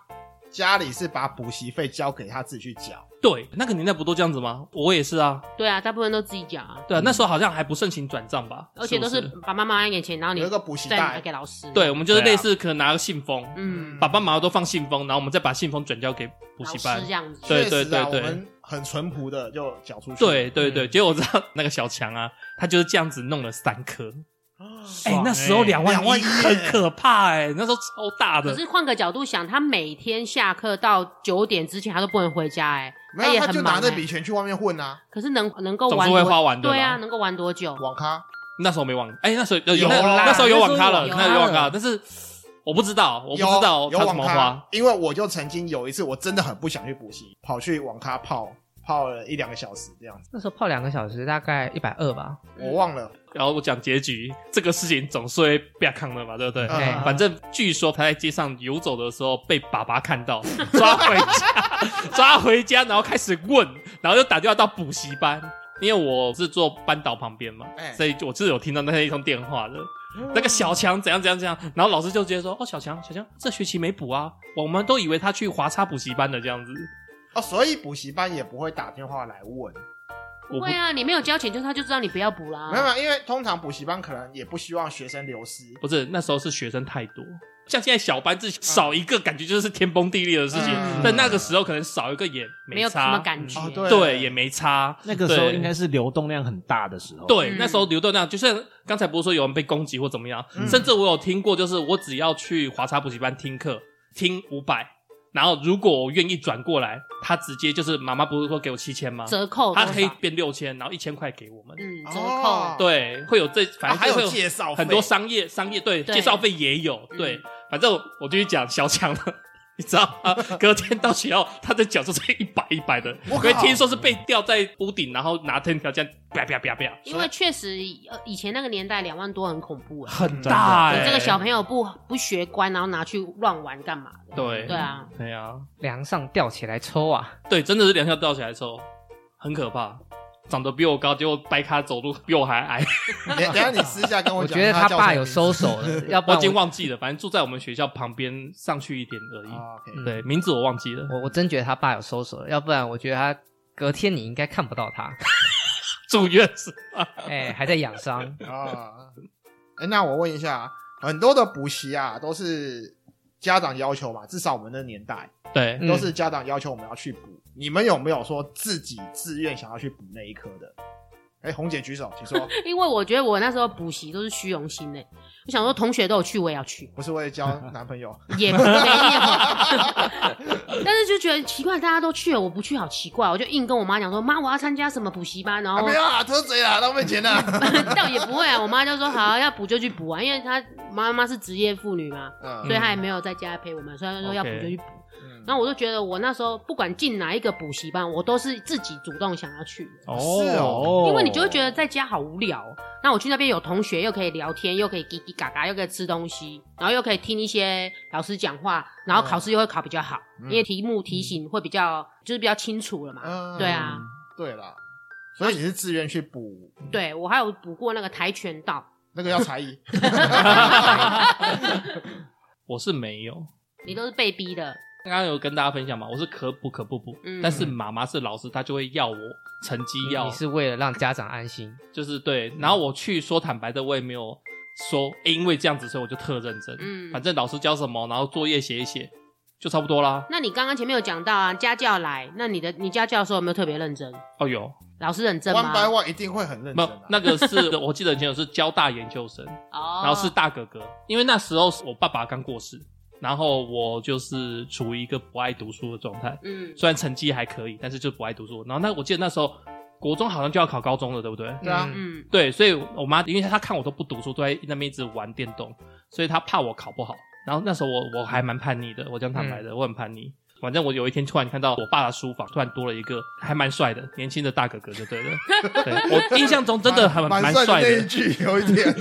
Speaker 5: 家里是把补习费交给他自己去缴，
Speaker 2: 哦
Speaker 3: 对，那个年代不都这样子吗？我也是啊。
Speaker 2: 对啊，大部分都自己讲啊，
Speaker 3: 对啊，那时候好像还不盛行转账吧，
Speaker 2: 而且都是
Speaker 3: 是不是
Speaker 2: 爸爸妈妈给钱，然后你
Speaker 5: 有一个补习
Speaker 2: 再拿
Speaker 5: 袋
Speaker 2: 给，老师。
Speaker 3: 对，我，们就是
Speaker 1: 对啊
Speaker 3: 类似可能拿个信封，
Speaker 2: 嗯，
Speaker 3: 爸爸妈妈都放信封，然后我们再把信封转交给补
Speaker 2: 老
Speaker 3: 习
Speaker 2: 师
Speaker 3: 班
Speaker 2: 这。样子。
Speaker 3: 对
Speaker 5: 确实
Speaker 3: 对
Speaker 5: 啊
Speaker 3: 对对
Speaker 5: 我们很淳朴的就缴出去，
Speaker 3: 对对对，结果我知道那个小强啊，他就是这样子弄了三颗，哎、
Speaker 1: 爽
Speaker 3: 那时候
Speaker 1: 欸
Speaker 3: 两万
Speaker 5: 两万
Speaker 3: 一
Speaker 5: 一
Speaker 3: 很
Speaker 5: 耶
Speaker 3: 可怕哎、那时候超大
Speaker 2: 可
Speaker 3: 的。
Speaker 2: 是换个角度想，他每天下课到九点之前，他都不能回家、哎，
Speaker 5: 没有
Speaker 2: 也
Speaker 5: 他
Speaker 2: 很
Speaker 5: 就
Speaker 2: 忙、
Speaker 5: 拿着
Speaker 2: 哎
Speaker 5: 笔钱去外面混啊，
Speaker 2: 可是能能够
Speaker 3: 总
Speaker 2: 玩
Speaker 3: 是会
Speaker 2: 多
Speaker 3: 花完的
Speaker 2: 对啊，
Speaker 3: 啦
Speaker 2: 能够玩多久？
Speaker 5: 网咖
Speaker 3: 那时候没网，哎、那时候
Speaker 5: 有
Speaker 3: 那
Speaker 5: 啦
Speaker 3: 那时候有网咖了，
Speaker 2: 那时候有
Speaker 3: 那时候有网咖
Speaker 4: 有
Speaker 3: 了，但是我不知道，我不
Speaker 5: 有
Speaker 3: 知道
Speaker 5: 有
Speaker 3: 他怎
Speaker 5: 网
Speaker 3: 么
Speaker 5: 咖
Speaker 3: 花，，
Speaker 5: 因为我就曾经有一次，我真的很不想去补习，跑去网咖泡泡了一两个小时这样子，
Speaker 4: 那时候泡两个小时，大概一百二吧。
Speaker 3: 嗯
Speaker 5: 我忘了。
Speaker 3: 然后我讲结局，这个事情总是会被坑的嘛，对不对？
Speaker 5: 嗯
Speaker 4: 哎
Speaker 3: 反正据说他在街上游走的时候被爸爸看 到，抓回家，抓回家，然后开始问，然后就打电话到补习班，因为我是坐班导旁边嘛，
Speaker 5: 哎嗯
Speaker 3: 所以我是有听到那一通电话的。那个小强怎样怎样怎样，然后老师就直接说：“哦，小强，小强，这学期没补啊，我们都以为他去华差补习班了这样子。
Speaker 5: 哦，所以补习班也不会打电话来问，”
Speaker 3: 我不
Speaker 2: 会啊，你没有交钱，就他就知道你不要补
Speaker 3: 啊
Speaker 2: 啦。
Speaker 5: 没有没有，因为通常补习班可能也不希望学生流失。
Speaker 3: 不是那时候是学生太多，像现在小班制少一个，感觉就是天崩地裂的事情。
Speaker 5: 嗯
Speaker 3: 但那个时候可能少一个也
Speaker 2: 没有什
Speaker 3: 差嗯
Speaker 2: 么感觉，
Speaker 5: 哦对
Speaker 3: 对，也没差。
Speaker 1: 那个时候
Speaker 3: 对
Speaker 1: 应该是流动量很大的时候。
Speaker 3: 对，
Speaker 2: 嗯
Speaker 3: 那时候流动量就是刚才不是说有人被攻击或怎么样，
Speaker 5: 嗯
Speaker 3: 甚至我有听过，就是我只要去华差补习班听课，听五百，然后如果我愿意转过来，他直接就是妈妈不是说给我七千吗？
Speaker 2: 折扣多
Speaker 3: 他
Speaker 2: 少
Speaker 3: 可以变六千，然后一千块给我们。
Speaker 2: 嗯折
Speaker 5: 哦
Speaker 2: 扣，
Speaker 3: 对，会有这，
Speaker 5: 啊，
Speaker 3: 反
Speaker 5: 还
Speaker 3: 正会
Speaker 5: 有介绍费
Speaker 3: 很多商业商业对
Speaker 2: 对
Speaker 3: 介绍费也有，
Speaker 2: 嗯
Speaker 3: 对，反正我我继续讲小强了。 你知道吗？隔天到学校，他的脚就是一摆一摆的，
Speaker 5: 我
Speaker 3: 因
Speaker 5: 靠
Speaker 3: 为听说是被吊在屋顶，然后拿藤条这样啪啪啪啪，
Speaker 2: 因为确实呃以前那个年代两万多很恐怖啊。
Speaker 3: 很大
Speaker 2: 你
Speaker 3: 哎、
Speaker 2: 这个小朋友不不学乖，然后拿去乱玩干嘛的？
Speaker 3: 对
Speaker 2: 对啊，
Speaker 3: 对啊，
Speaker 4: 梁上吊起来抽啊！
Speaker 3: 对，真的是两下吊起来抽，很可怕。长得比我高，结果掰咖走路比我还 矮，
Speaker 5: 你等一下你私下跟
Speaker 4: 我
Speaker 5: 我哦讲，
Speaker 4: 觉得
Speaker 5: 他
Speaker 4: 他
Speaker 5: 叫
Speaker 4: 爸
Speaker 5: 什么
Speaker 4: 有
Speaker 5: 名字
Speaker 4: 收手了， 要不
Speaker 3: 我已
Speaker 4: 然
Speaker 3: 经忘记了，反正住在我们学校旁边上去一点而已。
Speaker 5: 啊，OK，
Speaker 4: 嗯
Speaker 3: 对，名字我忘记了。
Speaker 4: 我我真觉得他爸有收手了，要不然我觉得他隔天你应该看不到他，
Speaker 3: 住院是吧？
Speaker 4: 哎，还在养 伤。
Speaker 5: 啊。哎、那我问一下，很多的补习啊，都是家长要求嘛，至少我们那年代
Speaker 3: 对，
Speaker 4: 嗯
Speaker 5: 都是家长要求我们要去补。你们有没有说自己自愿想要去补那一科的？哎、红姐举手，请说。
Speaker 2: 因为我觉得我那时候补习都是虚荣心诶、我想说同学都有去，我也要去，
Speaker 5: 不是为了交男朋友，
Speaker 2: 也 没有，但是就觉得奇怪，大家都去了，我不去好奇怪，我就硬跟我妈讲说，妈，我要参加什么补习班，然
Speaker 5: 啊、
Speaker 2: 后
Speaker 5: 不要啊，偷嘴啊，浪费钱啊。
Speaker 2: 倒也不会啊，我妈就说好、要补就去补啊，因为她妈妈是职业妇女嘛，所以
Speaker 5: 嗯
Speaker 2: 她也没有在家陪我们，所以她就说要补
Speaker 3: OK
Speaker 2: 就去补。
Speaker 5: 嗯
Speaker 2: 啊然后我就觉得我那时候不管进哪一个补习班，我都是自己主动想要去的。
Speaker 3: 哦
Speaker 5: 是哦
Speaker 2: 因为你就会觉得在家好无聊哦、那我去那边有同学，又可以聊天，又可以叽叽嘎嘎，又可以吃东西，然后又可以听一些老师讲话，然后考试又会考比较好，
Speaker 5: 嗯
Speaker 2: 因为题目题型会比较就是比较清楚了嘛。
Speaker 5: 嗯
Speaker 2: 对啊，
Speaker 5: 对啦，所以你是自愿去补
Speaker 2: 对我还有补过那个跆拳道，
Speaker 5: 那个叫才艺，
Speaker 3: 我是没有。
Speaker 2: 你都是被逼的。
Speaker 3: 刚刚有跟大家分享嘛，我是可补可不补，
Speaker 2: 嗯
Speaker 3: 但是妈妈是老师，她就会要我成绩要，
Speaker 4: 你是为了让家长安心，
Speaker 3: 就是对。
Speaker 5: 嗯
Speaker 3: 然后我去说坦白的，我也没有说、诶因为这样子，所以我就特认真。
Speaker 2: 嗯
Speaker 3: 反正老师教什么，然后作业写一写，就差不多啦。
Speaker 2: 那你刚刚前面有讲到啊，家教来，那你的你家教的时候有没有特别认真？
Speaker 3: 哦哟，
Speaker 2: 老师认真
Speaker 5: one
Speaker 2: 吗？
Speaker 5: by one 一定会很认
Speaker 3: 没
Speaker 5: 真、
Speaker 3: 有
Speaker 5: 啊。
Speaker 3: 那个是我记得以前有是交大研究生，
Speaker 2: 哦，
Speaker 3: 然后是大哥哥，因为那时候是我爸爸刚过世，然后我就是处于一个不爱读书的状态。
Speaker 2: 嗯，
Speaker 3: 虽然成绩还可以，但是就不爱读书。然后那我记得那时候国中好像就要考高中了，对不对？
Speaker 5: 对啊
Speaker 4: 嗯
Speaker 2: 嗯
Speaker 3: 对，所以我妈因为她看我都不读书，都在那边一直玩电动，所以她怕我考不好。然后那时候我我还蛮叛逆的，我讲坦白
Speaker 5: 嗯
Speaker 3: 的，我很叛逆。反正我有一天突然看到我爸的书房突然多了一个还蛮帅的年轻的大哥哥，就 对了。对我印象中真的还蛮蛮
Speaker 5: 蛮帅
Speaker 3: 帅
Speaker 5: 的那一
Speaker 3: 的，
Speaker 5: 句有一点，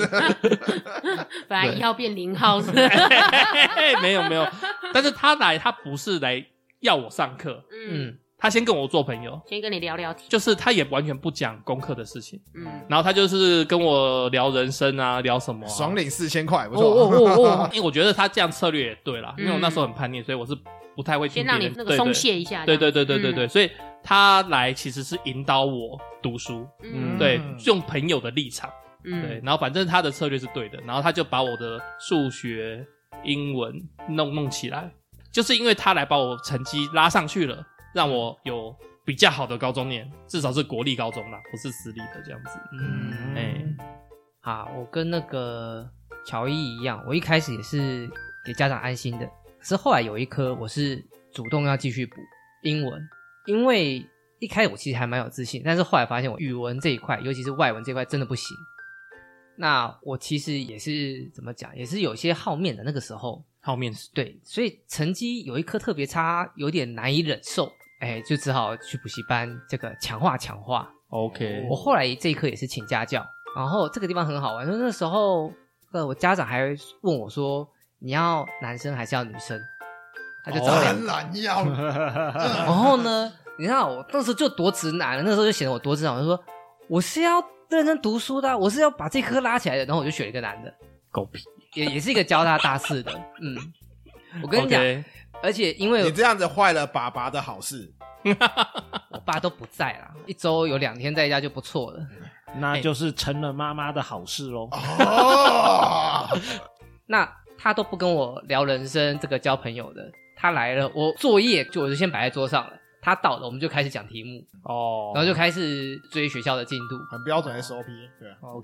Speaker 2: 本来
Speaker 3: 对
Speaker 2: 一号变零号是不是，
Speaker 3: 嗯没有没有。但是他来他不是来要我上课，
Speaker 2: 嗯，
Speaker 4: 嗯，
Speaker 3: 他先跟我做朋友，
Speaker 2: 先跟你聊聊天，
Speaker 3: 就是他也完全不讲功课的事情。
Speaker 2: 嗯，
Speaker 3: 然后他就是跟我聊人生啊，聊什么、啊，
Speaker 5: 爽
Speaker 3: 利。
Speaker 5: 领四千块，不
Speaker 3: 哦
Speaker 5: 错。
Speaker 3: 哦哦 哦！因为我觉得他这样策略也对啦，
Speaker 2: 嗯
Speaker 3: 因为我那时候很叛逆，所以我是不太会听
Speaker 2: 先
Speaker 3: 别
Speaker 2: 让你
Speaker 3: 人。
Speaker 2: 那个
Speaker 3: 对
Speaker 2: 松懈一下，
Speaker 3: 对
Speaker 2: 这
Speaker 3: 对
Speaker 2: 样嗯
Speaker 3: 对对对对，，所以他来其实是引导我读书，
Speaker 2: 嗯，
Speaker 3: 对
Speaker 5: 嗯，
Speaker 3: 用朋友的立场，
Speaker 2: 嗯
Speaker 3: 对，，然后反正他的策略是对的，然后他就把我的数学、英文弄弄起来，就是因为他来把我成绩拉上去了，让我有比较好的高中念，至少是国立高中啦，不是私立的这样子。
Speaker 4: 嗯
Speaker 3: 嗯哎，
Speaker 4: 啊，我跟那个乔伊一样，我一开始也是给家长安心的，可是后来有一科我是主动要继续补英文，因为一开始我其实还蛮有自信，但是后来发现我语文这一块，尤其是外文这一块真的不行。那我其实也是怎么讲，也是有些好面的。那个时候，
Speaker 3: 好面试，
Speaker 4: 对，所以成绩有一科特别差，有点难以忍受，哎，就只好去补习班这个强化强化。
Speaker 3: OK，
Speaker 4: 我后来这一科也是请家教，然后这个地方很好玩，因为那时候呃，我家长还问我说你要男生还是要女生，他就找两
Speaker 3: 哦
Speaker 4: 个
Speaker 5: 当然要
Speaker 4: 然后呢，你知道我当时就多直男了，那时候就显得我多直男，我就说我是要认真读书的啊，我是要把这科拉起来的。然后我就选一个男的，
Speaker 3: 狗屁。
Speaker 4: 也也是一个交大大四的，嗯，我跟你讲
Speaker 3: OK，
Speaker 4: 而且因为
Speaker 5: 你这样子坏了爸爸的好事。
Speaker 4: 我爸都不在啦，一周有两天在家就不错了。
Speaker 2: 哎
Speaker 1: 那就是成了妈妈的好事喽。
Speaker 5: 哦，
Speaker 4: 那他都不跟我聊人生这个交朋友的，他来了，我作业就我就先摆在桌上了。他到了，我们就开始讲题目，
Speaker 3: 哦，
Speaker 4: 然后就开始追学校的进度。
Speaker 5: 很标准 SOP，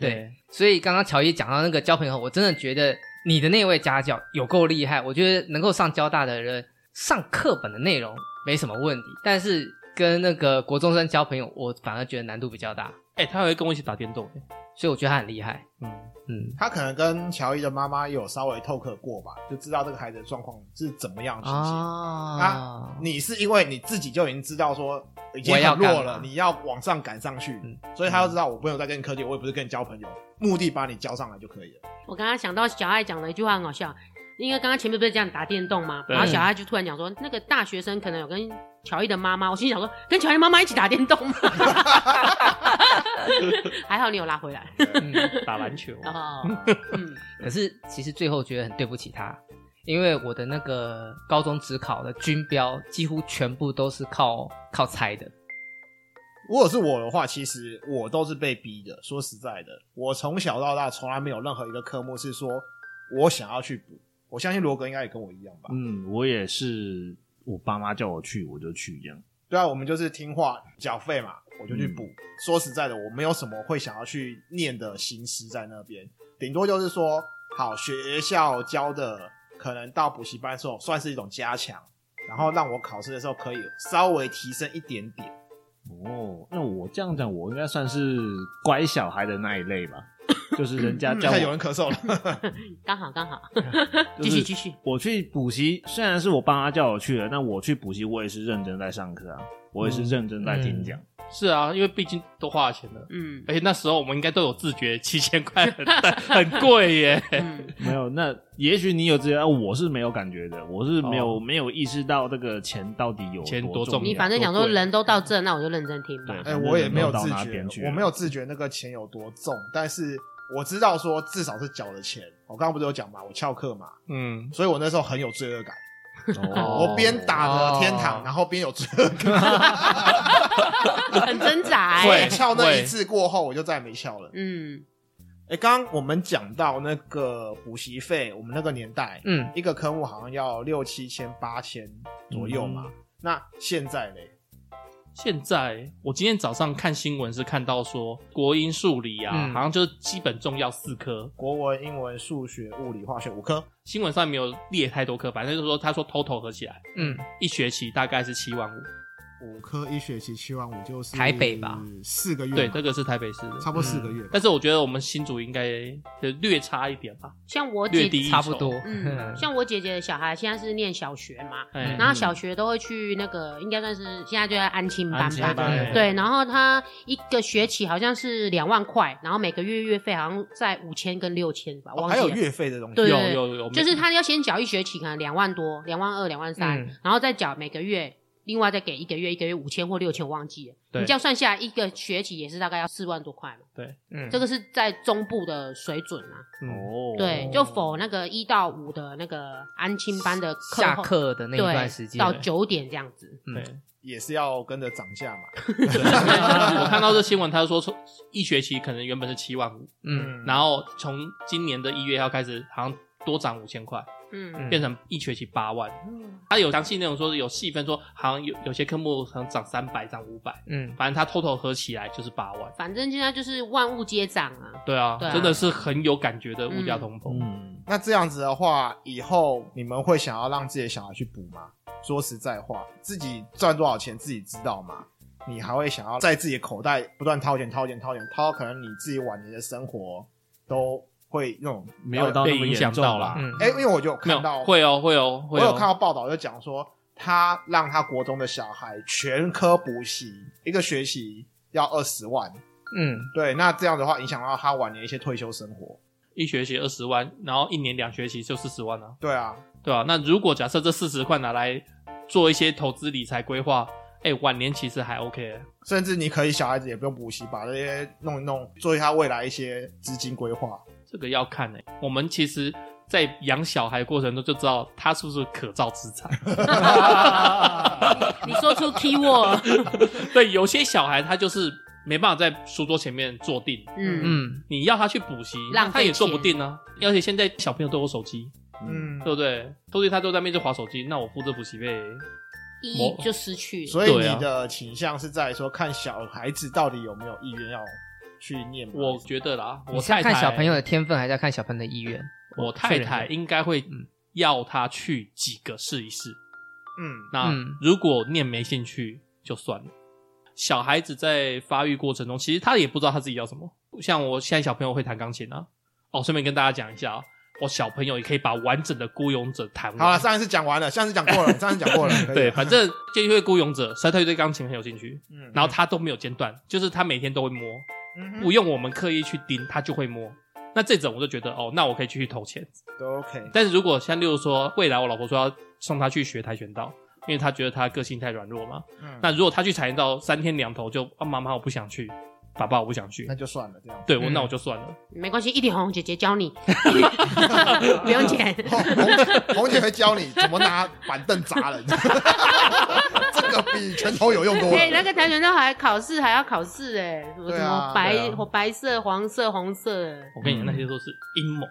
Speaker 5: 对，
Speaker 4: 对，所以刚刚乔伊讲到那个交朋友，我真的觉得你的那位家教有够厉害。我觉得能够上交大的人，上课本的内容没什么问题，但是跟那个国中生交朋友，我反而觉得难度比较大。
Speaker 3: 哎、他还会跟我一起打电动、欸，
Speaker 4: 所以我觉得他很厉害。
Speaker 3: 嗯，
Speaker 4: 嗯，
Speaker 5: 他可能跟乔伊的妈妈有稍微 talk 过吧，就知道这个孩子的状况是怎么样的情形。
Speaker 4: 啊，
Speaker 5: 你是因为你自己就已经知道说已经
Speaker 4: 我要
Speaker 5: 很弱
Speaker 4: 干嘛
Speaker 5: 了，你要往上赶上去，
Speaker 4: 嗯
Speaker 5: 所以他就知道我不用再跟你客气，我也不是跟你交朋友，目的把你交上来就可以了。
Speaker 2: 我刚刚想到小爱讲了一句话很好笑，因为刚刚前面不是讲打电动吗？
Speaker 3: 对
Speaker 2: 然后小爱就突然讲说，那个大学生可能有跟乔伊的妈妈，我心里想说，跟乔伊的妈妈一起打电 动吗？还好你有拉回来。
Speaker 4: 嗯
Speaker 3: 哎打篮球，
Speaker 2: 哦，嗯，
Speaker 4: 可是其实最后觉得很对不起他，因为我的那个高中职考的军标几乎全部都是靠靠猜的。
Speaker 5: 如果是我的话，其实我都是被逼的。说实在的，我从小到大从来没有任何一个科目是说我想要去补。我相信罗格应该也跟我一样吧？
Speaker 1: 嗯，我也是，我爸妈叫我去我就去这样。
Speaker 5: 对啊，我们就是听话缴费嘛，我就去补。说实在的，我没有什么会想要去念的心思在那边，顶多就是说，好学校教的，可能到补习班的时候算是一种加强，然后让我考试的时候可以稍微提升一点点。
Speaker 1: 哦，那我这样讲，我应该算是乖小孩的那一类 吧？就是人家叫
Speaker 5: 看有
Speaker 1: 我，
Speaker 5: 人咳嗽了，
Speaker 2: 刚好刚好，
Speaker 1: 就
Speaker 2: 嗯继
Speaker 1: 是
Speaker 2: 续继续。
Speaker 1: 我去补习，虽然是我爸妈叫我去的，但我去补习，我也是认真在上课啊，我也是认真在听讲。
Speaker 3: 是啊，因为毕竟都花了钱了。
Speaker 2: 嗯
Speaker 3: 而且那时候我们应该都有自觉，七千块很 很贵耶。
Speaker 2: 嗯，
Speaker 1: 没有，那也许你有这样，我是没有感觉的，我是没有、
Speaker 3: 哦
Speaker 1: 没有意识到这个钱到底有
Speaker 3: 钱
Speaker 1: 多
Speaker 3: 多重
Speaker 1: 重
Speaker 3: 要
Speaker 2: 你反正讲说人都到这，那我就认真听吧。
Speaker 1: 对
Speaker 5: 哎、
Speaker 1: 反正
Speaker 5: 我也没有
Speaker 1: 人都
Speaker 5: 自
Speaker 1: 到那边去啊
Speaker 5: 觉，
Speaker 1: 了
Speaker 5: 我没有自觉那个钱有多重，但是我知道说至少是缴了钱。我刚刚不是有讲嘛，我翘课嘛，
Speaker 3: 嗯，
Speaker 5: 所以我那时候很有罪恶感，
Speaker 1: 哦
Speaker 5: 我边打着天
Speaker 4: 哦
Speaker 5: 堂，然后边有罪恶感。
Speaker 2: 很挣扎、
Speaker 5: 对，
Speaker 2: 欸。
Speaker 5: 翘哎那一次过后，我就再也没翘了。
Speaker 2: 嗯，
Speaker 5: 哎，刚刚我们讲到那个补习费，我们那个年代，
Speaker 4: 嗯，
Speaker 5: 一个科目好像要六七千、八千左右嘛。那现在嘞，
Speaker 3: 现在我今天早上看新闻是看到说，国英数理啊，
Speaker 4: 嗯
Speaker 3: 好像就是基本重要四科。
Speaker 5: 国文、英文、数学、物理、化学五科，
Speaker 3: 新闻上没有列太多科，反正就是说，他说 total 合起来，
Speaker 4: 嗯，
Speaker 3: 一学期大概是七万五。
Speaker 5: 五科一学期七万五，就是
Speaker 4: 台北吧，
Speaker 5: 四个月嘛，
Speaker 3: 对，这个是台北市的。
Speaker 5: 差不多四个月吧。
Speaker 3: 但是我觉得我们新竹应该就略差一点吧，
Speaker 2: 像我
Speaker 3: 略
Speaker 2: 姐，
Speaker 3: 低一筹
Speaker 4: 差不多。
Speaker 2: 嗯，像我姐姐的小孩现在是念小学嘛，
Speaker 3: 哎
Speaker 2: 然后小学都会去那个，应该算是现在就在安亲班
Speaker 3: 嗯安亲
Speaker 2: 吧。
Speaker 3: 班
Speaker 4: 对
Speaker 2: 对，然后他一个学期好像是两万块，然后每个月月费好像在五千跟六千吧，
Speaker 5: 哦
Speaker 2: 忘
Speaker 5: 还
Speaker 2: 记
Speaker 5: 有
Speaker 2: 了。
Speaker 5: 月费的东西，
Speaker 2: 对
Speaker 3: 有
Speaker 2: 对
Speaker 3: 有有，
Speaker 2: 就是他要先缴一学期，可能两万多、两万二、两万三
Speaker 4: 嗯，
Speaker 2: 然后再缴每个月，另外再给一个月一个月五千或六千，我忘记了。
Speaker 3: 对
Speaker 2: 你这样算下来，一个学期也是大概要四万多块嘛，
Speaker 4: 嗯，
Speaker 2: 这个是在中部的水准啊。
Speaker 3: 嗯
Speaker 1: 哦，
Speaker 2: 对，就否那个一到五的那个安亲班的课
Speaker 4: 下
Speaker 2: 后
Speaker 4: 课的那一
Speaker 2: 对
Speaker 4: 段时间
Speaker 2: 到九点这样子。
Speaker 3: 对。
Speaker 5: 也是要跟着涨价嘛。
Speaker 3: 对 我看到这新闻，他说从一学期可能原本是七万五，
Speaker 4: 嗯，
Speaker 3: 然后从今年的一月要开始，好像多涨五千块，
Speaker 2: 嗯
Speaker 4: 嗯
Speaker 3: 变成一学期八万。它有详细内容说有细分说，好像有有些科目可能涨三百，涨五百，
Speaker 4: 嗯，
Speaker 3: 反正它 total 合起来就是八万。
Speaker 2: 反正现在就是万物皆涨 啊，
Speaker 3: 对啊，
Speaker 2: 对啊
Speaker 3: 真的是很有感觉的物价通膨。
Speaker 1: 嗯，
Speaker 5: 那这样子的话，以后你们会想要让自己的小孩去补吗？说实在话，自己赚多少钱自己知道嘛。你还会想要在自己的口袋不断掏钱、掏钱、掏钱，掏到可能你自己晚年的生活都会那种
Speaker 1: 没有到那么
Speaker 3: 被影
Speaker 1: 严
Speaker 3: 响
Speaker 1: 重
Speaker 3: 到
Speaker 1: 啦
Speaker 3: 啦。
Speaker 4: 嗯
Speaker 5: 哎、因为我就有
Speaker 3: 没有
Speaker 5: 看到，
Speaker 3: 会哦，会哦，
Speaker 5: 我
Speaker 3: 会
Speaker 5: 有
Speaker 3: 哦。
Speaker 5: 看到报道就讲说，他让他国中的小孩全科补习，一个学期要二十万。
Speaker 4: 嗯，
Speaker 5: 对，那这样的话影响到他晚年一些退休生活。
Speaker 3: 一学期二十万，然后一年两学期就四十万啊，
Speaker 5: 对啊，
Speaker 3: 对啊，那如果假设这四十块拿来做一些投资理财规划，哎，晚年其实还 OK 欸。
Speaker 5: 甚至你可以小孩子也不用补习，把这些弄一弄，做一下未来一些资金规划。
Speaker 3: 这个要看呢、欸我们其实，在养小孩过程中就知道他是不是可造之 材。啊
Speaker 2: 你说出 key word，
Speaker 3: 对，有些小孩他就是没办法在书桌前面坐定，
Speaker 2: 嗯，
Speaker 4: 嗯，
Speaker 3: 你要他去补习，
Speaker 2: 浪费
Speaker 3: 他也做不
Speaker 2: 钱
Speaker 3: 定啊。而且现在小朋友都有手机，
Speaker 5: 嗯，
Speaker 3: 对不对？所以他都在那边就划手机，那我付这补习费，
Speaker 2: 意义就失去了。
Speaker 5: 所以
Speaker 3: 对啊
Speaker 5: 你的倾向是在说看小孩子到底有没有意愿要去念吗？
Speaker 3: 我觉得啦，
Speaker 4: 你
Speaker 3: 我
Speaker 4: 是要
Speaker 3: 太
Speaker 4: 看
Speaker 3: 太
Speaker 4: 小朋友的天分，还是要看小朋友的意愿？
Speaker 3: 我太太应该会
Speaker 4: 嗯
Speaker 3: 要他去几个试一试。
Speaker 5: 嗯，
Speaker 3: 那
Speaker 4: 嗯
Speaker 3: 如果念没兴趣就算了。小孩子在发育过程中，其实他也不知道他自己要什么。像我现在小朋友会弹钢琴啊，哦，顺便跟大家讲一下啊，我小朋友也可以把完整的《孤勇者》弹完。
Speaker 5: 好了，上一次讲完了，上次 讲过了，上次讲过了，可以了啊
Speaker 3: 对，反正就因为《孤勇者》，所以他就对钢琴很有兴趣，
Speaker 5: 嗯
Speaker 3: 然后他都没有间断，就是他每天都会摸，
Speaker 5: 嗯哼
Speaker 3: 不用我们刻意去盯，他就会摸。那这种我就觉得哦，那我可以继续投钱。
Speaker 5: 都 OK，
Speaker 3: 但是如果像例如说，未来我老婆说要送他去学跆拳道，因为她觉得他个性太软弱嘛。
Speaker 5: 嗯
Speaker 3: 那如果他去跆拳道三天两头就啊妈妈我不想去，爸爸我不想去
Speaker 5: 那，就算了，这样
Speaker 3: 对我
Speaker 4: 嗯
Speaker 3: 那我就算了。
Speaker 2: 没关系，一点红姐姐教 你，不用钱。
Speaker 5: 红姐红姐会教你怎么拿板凳砸 人，这个比拳头有用多
Speaker 2: 哎、
Speaker 5: 了。
Speaker 2: 那个跆拳道还考试还要考试哎、什么
Speaker 5: 对
Speaker 2: 什
Speaker 5: 啊
Speaker 2: 么白、
Speaker 5: 对啊
Speaker 2: 白色、黄色、红色、哎
Speaker 3: 我跟你
Speaker 1: 嗯
Speaker 3: 讲，那些都是阴谋，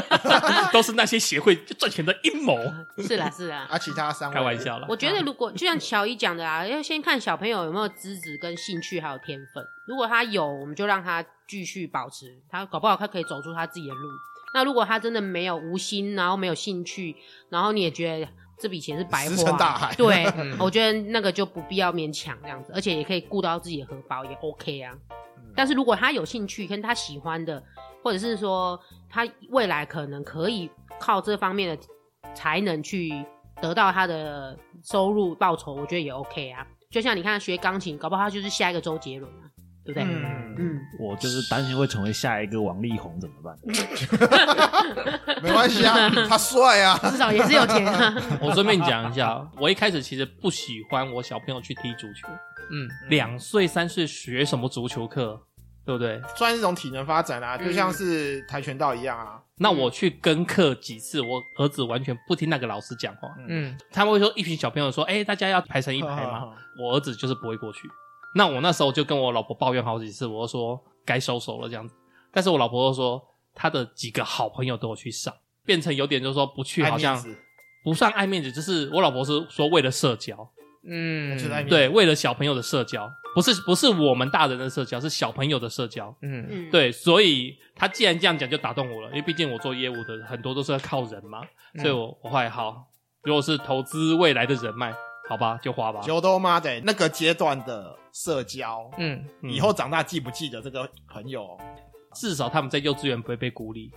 Speaker 3: 都是那些协会赚钱的阴谋。
Speaker 2: 是啦是啦。
Speaker 5: 啊，其他三位
Speaker 3: 开玩，笑啦，
Speaker 2: 嗯我觉得如果就像乔伊讲的啊，要先看小朋友有没有资质、跟兴趣还有天分。如果他有，我们就让他继续保持，他搞不好他可以走出他自己的路。那如果他真的没有无心，然后没有兴趣，然后你也觉得这笔钱是白啊
Speaker 5: 石沉
Speaker 2: 花，
Speaker 5: 大海
Speaker 2: 对
Speaker 4: 嗯，
Speaker 2: 我觉得那个就不必要勉强这样子，而且也可以顾到自己的荷包，也 OK 啊。但是如果他有兴趣跟他喜欢的，或者是说他未来可能可以靠这方面的才能去得到他的收入报酬，我觉得也 OK 啊。就像你看学钢琴，搞不好他就是下一个周杰伦啊，对不对？嗯
Speaker 5: 嗯，
Speaker 1: 我就是担心会成为下一个王力宏怎么办？
Speaker 5: 没关系啊，他帅啊，
Speaker 2: 嗯至少也是有钱啊。
Speaker 3: 我顺便讲一下，我一开始其实不喜欢我小朋友去踢足球，
Speaker 4: 嗯，
Speaker 3: 两岁三岁学什么足球课，对不对？
Speaker 5: 算是一种体能发展啊，
Speaker 3: 嗯
Speaker 5: 就像是跆拳道一样啊。？”
Speaker 3: 那我去跟课几次，我儿子完全不听那个老师讲话。
Speaker 4: 嗯，
Speaker 3: 他们会说一群小朋友说：“哎、大家要排成一排嘛。我儿子就是不会过去。那我那时候就跟我老婆抱怨好几次，我就说该收手了这样子。但是我老婆又说，她的几个好朋友都有去上，变成有点就是说不去
Speaker 5: 爱
Speaker 3: 好
Speaker 5: 面
Speaker 3: 像
Speaker 5: 子，
Speaker 3: 不算爱面子，就是我老婆是说为了社交，
Speaker 4: 嗯，
Speaker 5: 就是爱面子
Speaker 3: 对，为了小朋友的社交，不是不是我们大人的社交，是小朋友的社交。
Speaker 4: 嗯
Speaker 2: 嗯，
Speaker 3: 对，所以他既然这样讲，就打动我了，因为毕竟我做业务的很多都是要靠人嘛，
Speaker 4: 嗯
Speaker 5: 嗯
Speaker 3: 所以我我后来好，如果是投资未来的人脉，好吧，就花吧。
Speaker 5: 九多妈的那个阶段的社交，
Speaker 4: 嗯
Speaker 3: 嗯
Speaker 5: 以后长大记不记得这个朋友？
Speaker 3: 至少他们在幼稚园不会被孤立。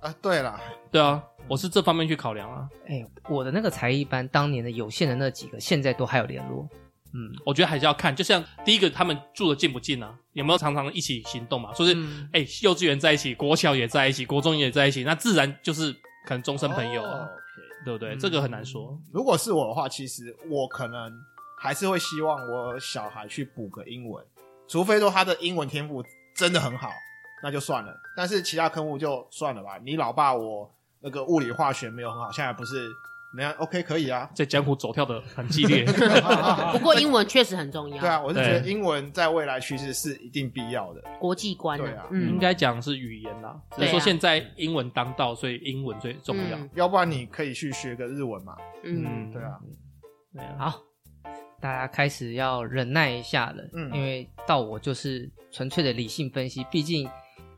Speaker 5: 啊，对了，
Speaker 3: 对啊，我是这方面去考量啊。
Speaker 4: 哎、我的那个才艺班当年的有限的那几个，现在都还有联络。
Speaker 3: 嗯，我觉得还是要看，就像第一个他们住的近不近啊，有没有常常一起行动嘛？就是
Speaker 4: 嗯
Speaker 3: 哎、幼稚园在一起，国小也在一起，国中也在一起，那自然就是可能终身朋友啊，
Speaker 5: 哦
Speaker 3: 对不对？
Speaker 4: 嗯
Speaker 3: 这个很难说。
Speaker 5: 如果是我的话，其实我可能还是会希望我小孩去补个英文，除非说他的英文天赋真的很好，那就算了。但是其他科目就算了吧。你老爸我那个物理化学没有很好，现在不是人家 OK 可以啊。
Speaker 3: 在江湖走跳的很激 烈。
Speaker 2: 不过英文确实很重要，
Speaker 5: 对啊，我是觉得
Speaker 3: 对
Speaker 5: 英文在未来趋势是一定必要的。
Speaker 2: 国际观
Speaker 5: 对啊
Speaker 3: 应
Speaker 2: 嗯，
Speaker 3: 该讲是语言啦，只
Speaker 2: 对
Speaker 3: 是
Speaker 2: 啊
Speaker 3: 说现在英文当道，所以英文最重要。
Speaker 2: 嗯
Speaker 5: 要不然你可以去学个日文嘛。
Speaker 2: 嗯，
Speaker 5: 对啊，
Speaker 3: 对啊，
Speaker 4: 好，大家开始要忍耐一下了，
Speaker 5: 嗯
Speaker 4: 因为到我就是纯粹的理性分析，毕竟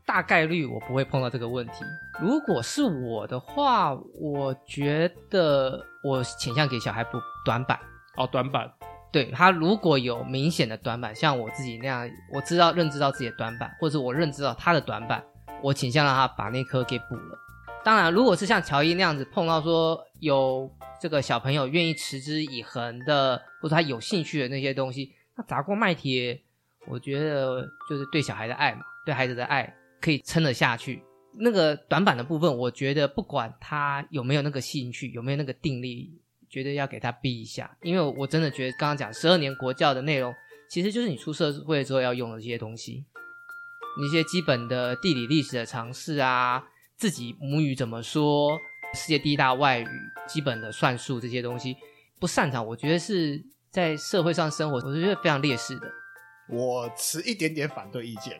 Speaker 4: 大概率我不会碰到这个问题。如果是我的话，我觉得我倾向给小孩补短板。
Speaker 3: 哦，短板，
Speaker 4: 对他如果有明显的短板，像我自己那样，我知道认知到自己的短板，或者我认知到他的短板，我倾向让他把那科给补了。当然，如果是像乔伊那样子碰到说有这个小朋友愿意持之以恒的，或者他有兴趣的那些东西，那砸锅卖铁，我觉得就是对小孩的爱嘛，对孩子的爱可以撑得下去。那个短板的部分，我觉得不管他有没有那个兴趣，有没有那个定力，觉得要给他逼一下，因为我真的觉得刚刚讲十二年国教的内容，其实就是你出社会之后要用的这些东西，一些基本的地理历史的常识啊，自己母语怎么说，世界第一大外语，基本的算术这些东西不擅长，我觉得是在社会上生活，我是觉得非常劣势的。
Speaker 5: 我持一点点反对意见，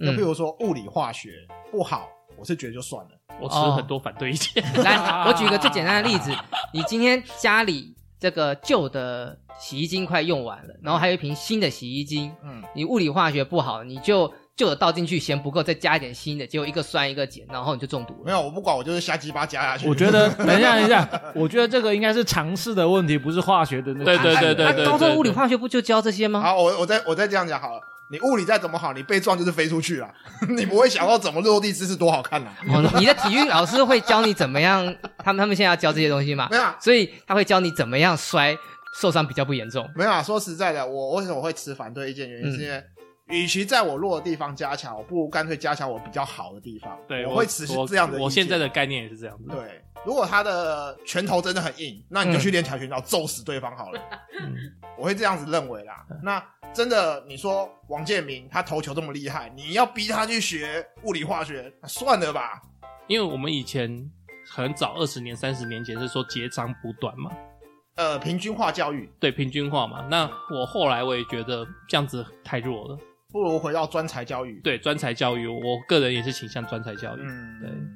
Speaker 5: 就
Speaker 4: 嗯
Speaker 5: 比，如说物理化学不好，我是觉得就算了。
Speaker 3: 我持
Speaker 4: 哦
Speaker 3: 很多反对意见。
Speaker 4: 来，我举一个最简单的例子，你今天家里这个旧的洗衣精快用完了，然后还有一瓶新的洗衣精，
Speaker 5: 嗯，
Speaker 4: 你物理化学不好，你就旧的倒进去嫌不够，再加一点新的，结果一个酸一个碱，然后你就中毒
Speaker 5: 没
Speaker 4: 了。
Speaker 5: 有，我不管，我就是瞎鸡巴加下去。
Speaker 1: 我觉得，等一下，等一下，我觉得这个应该是常识的问题，不是化学的那个
Speaker 3: 对
Speaker 1: 知识的。
Speaker 3: 对对
Speaker 5: 啊
Speaker 3: 对对
Speaker 4: 高中物理化学不就教这些吗？
Speaker 5: 好，我我再我再这样讲好了。你物理再怎么好，你被撞就是飞出去了， 你不会想到怎么落地姿势多好看呐、
Speaker 4: 哦你的体育老师会教你怎么样？他们他们现在要教这些东西嘛
Speaker 5: 没？有啊，
Speaker 4: 所以他会教你怎么样摔，受伤比较不严重。
Speaker 5: 没有啊。说实在的，我为什么会持反对意见，原因是因为，与其在我弱的地方加强，我不如干脆加强我比较好的地方。
Speaker 3: 对，
Speaker 5: 我
Speaker 3: 我
Speaker 5: 会持续这样的
Speaker 3: 我。我
Speaker 5: 意见
Speaker 3: 现在的概念也是这样子。
Speaker 5: 对，如果他的拳头真的很硬，那你就去练跆拳道揍死对方好了。
Speaker 3: 嗯
Speaker 5: 我会这样子认为啦。那真的，你说王建民他投球这么厉害，你要逼他去学物理化学，那算了吧。
Speaker 3: 因为我们以前很早二十年、三十年前是说截长补短嘛，
Speaker 5: 呃，平均化教育
Speaker 3: 对，平均化嘛。那我后来我也觉得这样子太弱了。
Speaker 5: 不如回到专才教育。，
Speaker 3: 对，专才教育，我个人也是倾向专才教育。
Speaker 5: 嗯，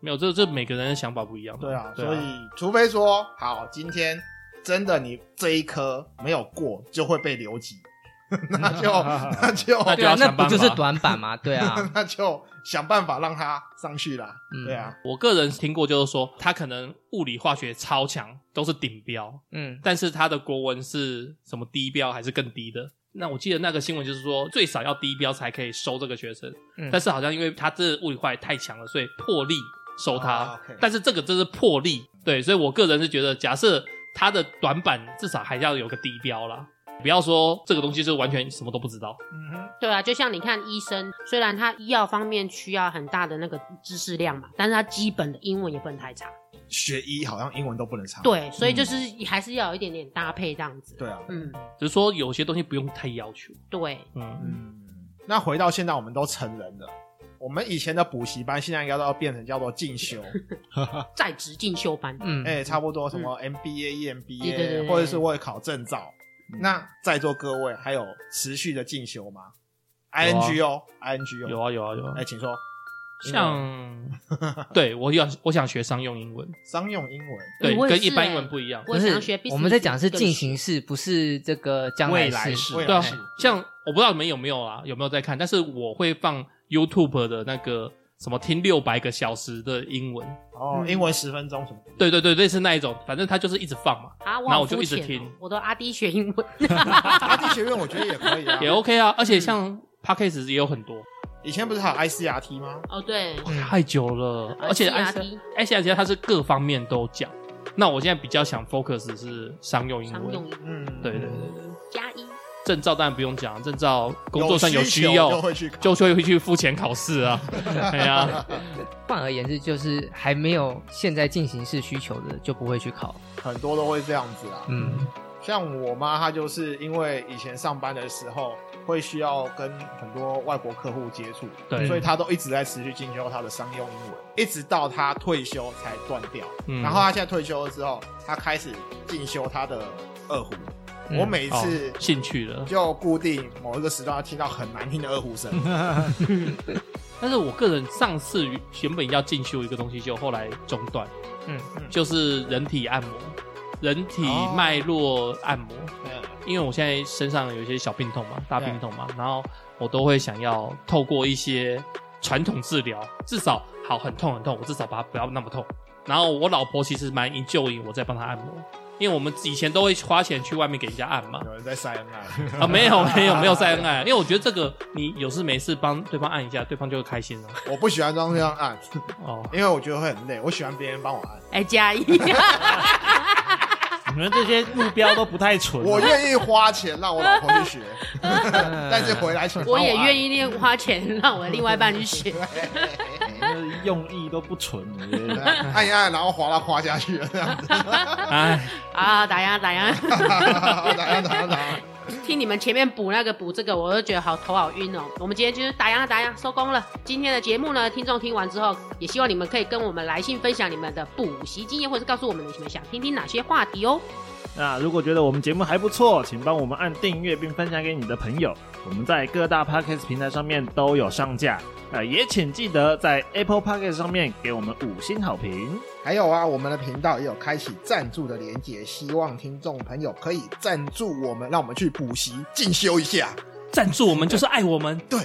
Speaker 3: 没有，这这每个人的想法不一样嘛。
Speaker 5: 对啊。
Speaker 3: 对
Speaker 5: 所以，除非说好，今天真的你这一科没有过，就会被留级， 那就那就
Speaker 3: 那就
Speaker 4: 对啊
Speaker 3: 要，
Speaker 4: 那
Speaker 3: 想
Speaker 4: 不
Speaker 3: 办法
Speaker 4: 就是短板吗？对 啊，
Speaker 5: 那就想办法让他上去啦。
Speaker 4: 嗯
Speaker 5: 对啊。
Speaker 3: 我个人听过就是说，他可能物理、化学超强，都是顶标，
Speaker 4: 嗯，
Speaker 3: 但是他的国文是什么低标还是更低的？那我记得那个新闻就是说，最少要低标才可以收这个学生，
Speaker 4: 嗯
Speaker 3: 但是好像因为他这物理化学太强了，所以破例收他。
Speaker 5: 啊，OK
Speaker 3: 但是这个真是破例，对，所以我个人是觉得，假设他的短板至少还要有个低标啦，不要说这个东西是完全什么都不知道。
Speaker 5: 嗯哼，
Speaker 2: 对啊，就像你看医生，虽然他医药方面需要很大的那个知识量嘛，但是他基本的英文也不能太差。
Speaker 5: 学医好像英文都不能差。
Speaker 2: 对，所以
Speaker 3: 嗯
Speaker 2: 就是还是要有一点点搭配这样子。
Speaker 5: 对啊，
Speaker 2: 嗯，
Speaker 3: 只是说有些东西不用太要求，
Speaker 2: 对，
Speaker 3: 嗯，
Speaker 5: 嗯。那回到现在，我们都成人了。我们以前的补习班，现在应该都要变成叫做 进修，
Speaker 2: 在职进修班。
Speaker 4: 嗯，
Speaker 5: 哎、差不多什么
Speaker 2: 对对
Speaker 5: MBA、
Speaker 2: 对嗯
Speaker 5: EMBA，
Speaker 2: 对
Speaker 5: 或者是为了考证照。那在座各位还有持续的进修吗？ING 哦，ING 哦，
Speaker 3: 啊有啊有啊有啊
Speaker 5: 哎、，请说，
Speaker 3: 像对我想我想学商用英文，
Speaker 5: 商用英文
Speaker 3: 对，
Speaker 2: 我也
Speaker 3: 跟
Speaker 2: 是
Speaker 3: 一般
Speaker 2: 欸
Speaker 3: 英文不一样。
Speaker 2: 我
Speaker 4: 不
Speaker 2: 也
Speaker 4: 是
Speaker 2: 想要学 business
Speaker 4: 我们在讲是
Speaker 2: 更
Speaker 4: 进行式，不是这个将
Speaker 5: 未来
Speaker 4: 式。
Speaker 5: 未
Speaker 3: 对啊
Speaker 5: 来式，
Speaker 3: 像我不知道你们有没有啊，有没有在看？但是我会放 YouTube 的那个什么听六百个小时的英文，
Speaker 5: 哦，
Speaker 2: 嗯
Speaker 5: 英文十分 钟什么？
Speaker 3: 对对对，类似那一种，反正他就是一直放嘛，
Speaker 2: 啊，我
Speaker 3: 然后
Speaker 2: 好
Speaker 3: 我就
Speaker 2: 肤
Speaker 3: 一直
Speaker 2: 浅哦
Speaker 3: 听
Speaker 2: 我都阿弟学英文。
Speaker 5: 阿弟学院我觉得也可 以啊，
Speaker 3: 也 OK 啊。而且像 Podcast 也有很多，
Speaker 5: 以前不是还有 ICRT 吗？
Speaker 2: 哦，对，
Speaker 3: 哇太久了，而且
Speaker 2: R
Speaker 3: S
Speaker 2: T
Speaker 3: S R 它是各方面都讲。那我现在比较想 focus 是商用英
Speaker 2: 商
Speaker 3: 文，
Speaker 2: 用英文
Speaker 5: 嗯，
Speaker 3: 对对对对，
Speaker 2: 加一。
Speaker 3: 证照当然不用讲，证照工作上有需
Speaker 5: 需
Speaker 3: 要
Speaker 5: 就会去考。
Speaker 3: 就会去付钱考试啊，对啊，
Speaker 4: 换而言之，就是还没有现在进行式需求的，就不会去考。
Speaker 5: 很多都会这样子啦。啊
Speaker 4: 嗯，
Speaker 5: 像我妈，她就是因为以前上班的时候，会需要跟很多外国客户接触，
Speaker 3: 对
Speaker 5: 所以他都一直在持续进修他的商用英文，一直到他退休才断掉。
Speaker 3: 嗯
Speaker 5: 然后他现在退休了之后，他开始进修他的二胡。
Speaker 4: 嗯
Speaker 5: 我每次
Speaker 3: 哦兴趣了。
Speaker 5: 就固定某一个时段要听到很难听的二 胡声，
Speaker 3: 但是我个人上次原本要进修一个东西，就后来中断，
Speaker 4: 嗯，
Speaker 3: 就是人体按摩、人体
Speaker 5: 哦
Speaker 3: 脉络按摩。
Speaker 5: 嗯
Speaker 3: 因为我现在身上有一些小病痛嘛，大病痛嘛，然后我都会想要透过一些传统治疗，至少好很痛很痛，我至少把它不要那么痛。然后我老婆其实蛮 enjoy 我在帮她按摩，因为我们以前都会花钱去外面给人家按 嘛，
Speaker 5: 有人在塞恩爱。
Speaker 3: 啊没有没有没有再恩爱，因为我觉得这个你有事没事帮对方按一下，对方就会开心 了。
Speaker 5: 我不喜欢装这样按，
Speaker 3: 哦，
Speaker 5: 因为我觉得会很累。我喜欢别人帮我按，
Speaker 2: 哎，加 一，
Speaker 1: 你们这些目标都不太纯、啊
Speaker 5: 我愿意花钱让我老婆 去学，但
Speaker 4: 但
Speaker 5: 是回来请
Speaker 2: 我也愿
Speaker 5: 意。
Speaker 2: 意另花钱让我的另外一半去学。
Speaker 1: 那用意都不纯，我觉
Speaker 5: 对
Speaker 1: 得
Speaker 5: 啊 按一按，然后滑到滑下去了，这样子。
Speaker 3: 哎，
Speaker 2: 啊，打烊打烊！
Speaker 5: 打打打打，
Speaker 2: 听你们前面补那个补这个，我都觉得好头好晕哦。我们今天就是打烊打烊，收工了。今天的节目呢，听众听完之后，也希望你们可以跟我们来信分享你们的补习经验，或者是告诉我们你们想听听哪些话题哦。
Speaker 1: 那如果觉得我们节目还不错，请帮我们按订阅并分享给你的朋友。我们在各大 podcast 平台上面都有上架，呃，也请记得在 Apple Podcast 上面给我们五星好评。
Speaker 5: 还有啊，我们的频道也有开启赞助的连接，希望听众朋友可以赞助我们，让我们去补习进修一下。
Speaker 3: 赞助我们就是爱我们。
Speaker 5: 对，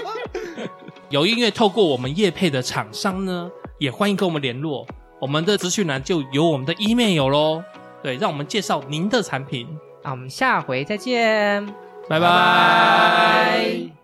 Speaker 3: 有音乐透过我们业配的厂商呢，也欢迎跟我们联络。我们的资讯栏就有我们的 email 喽。对，让我们介绍您的产品。
Speaker 4: 那我们下回再见。
Speaker 3: 拜拜。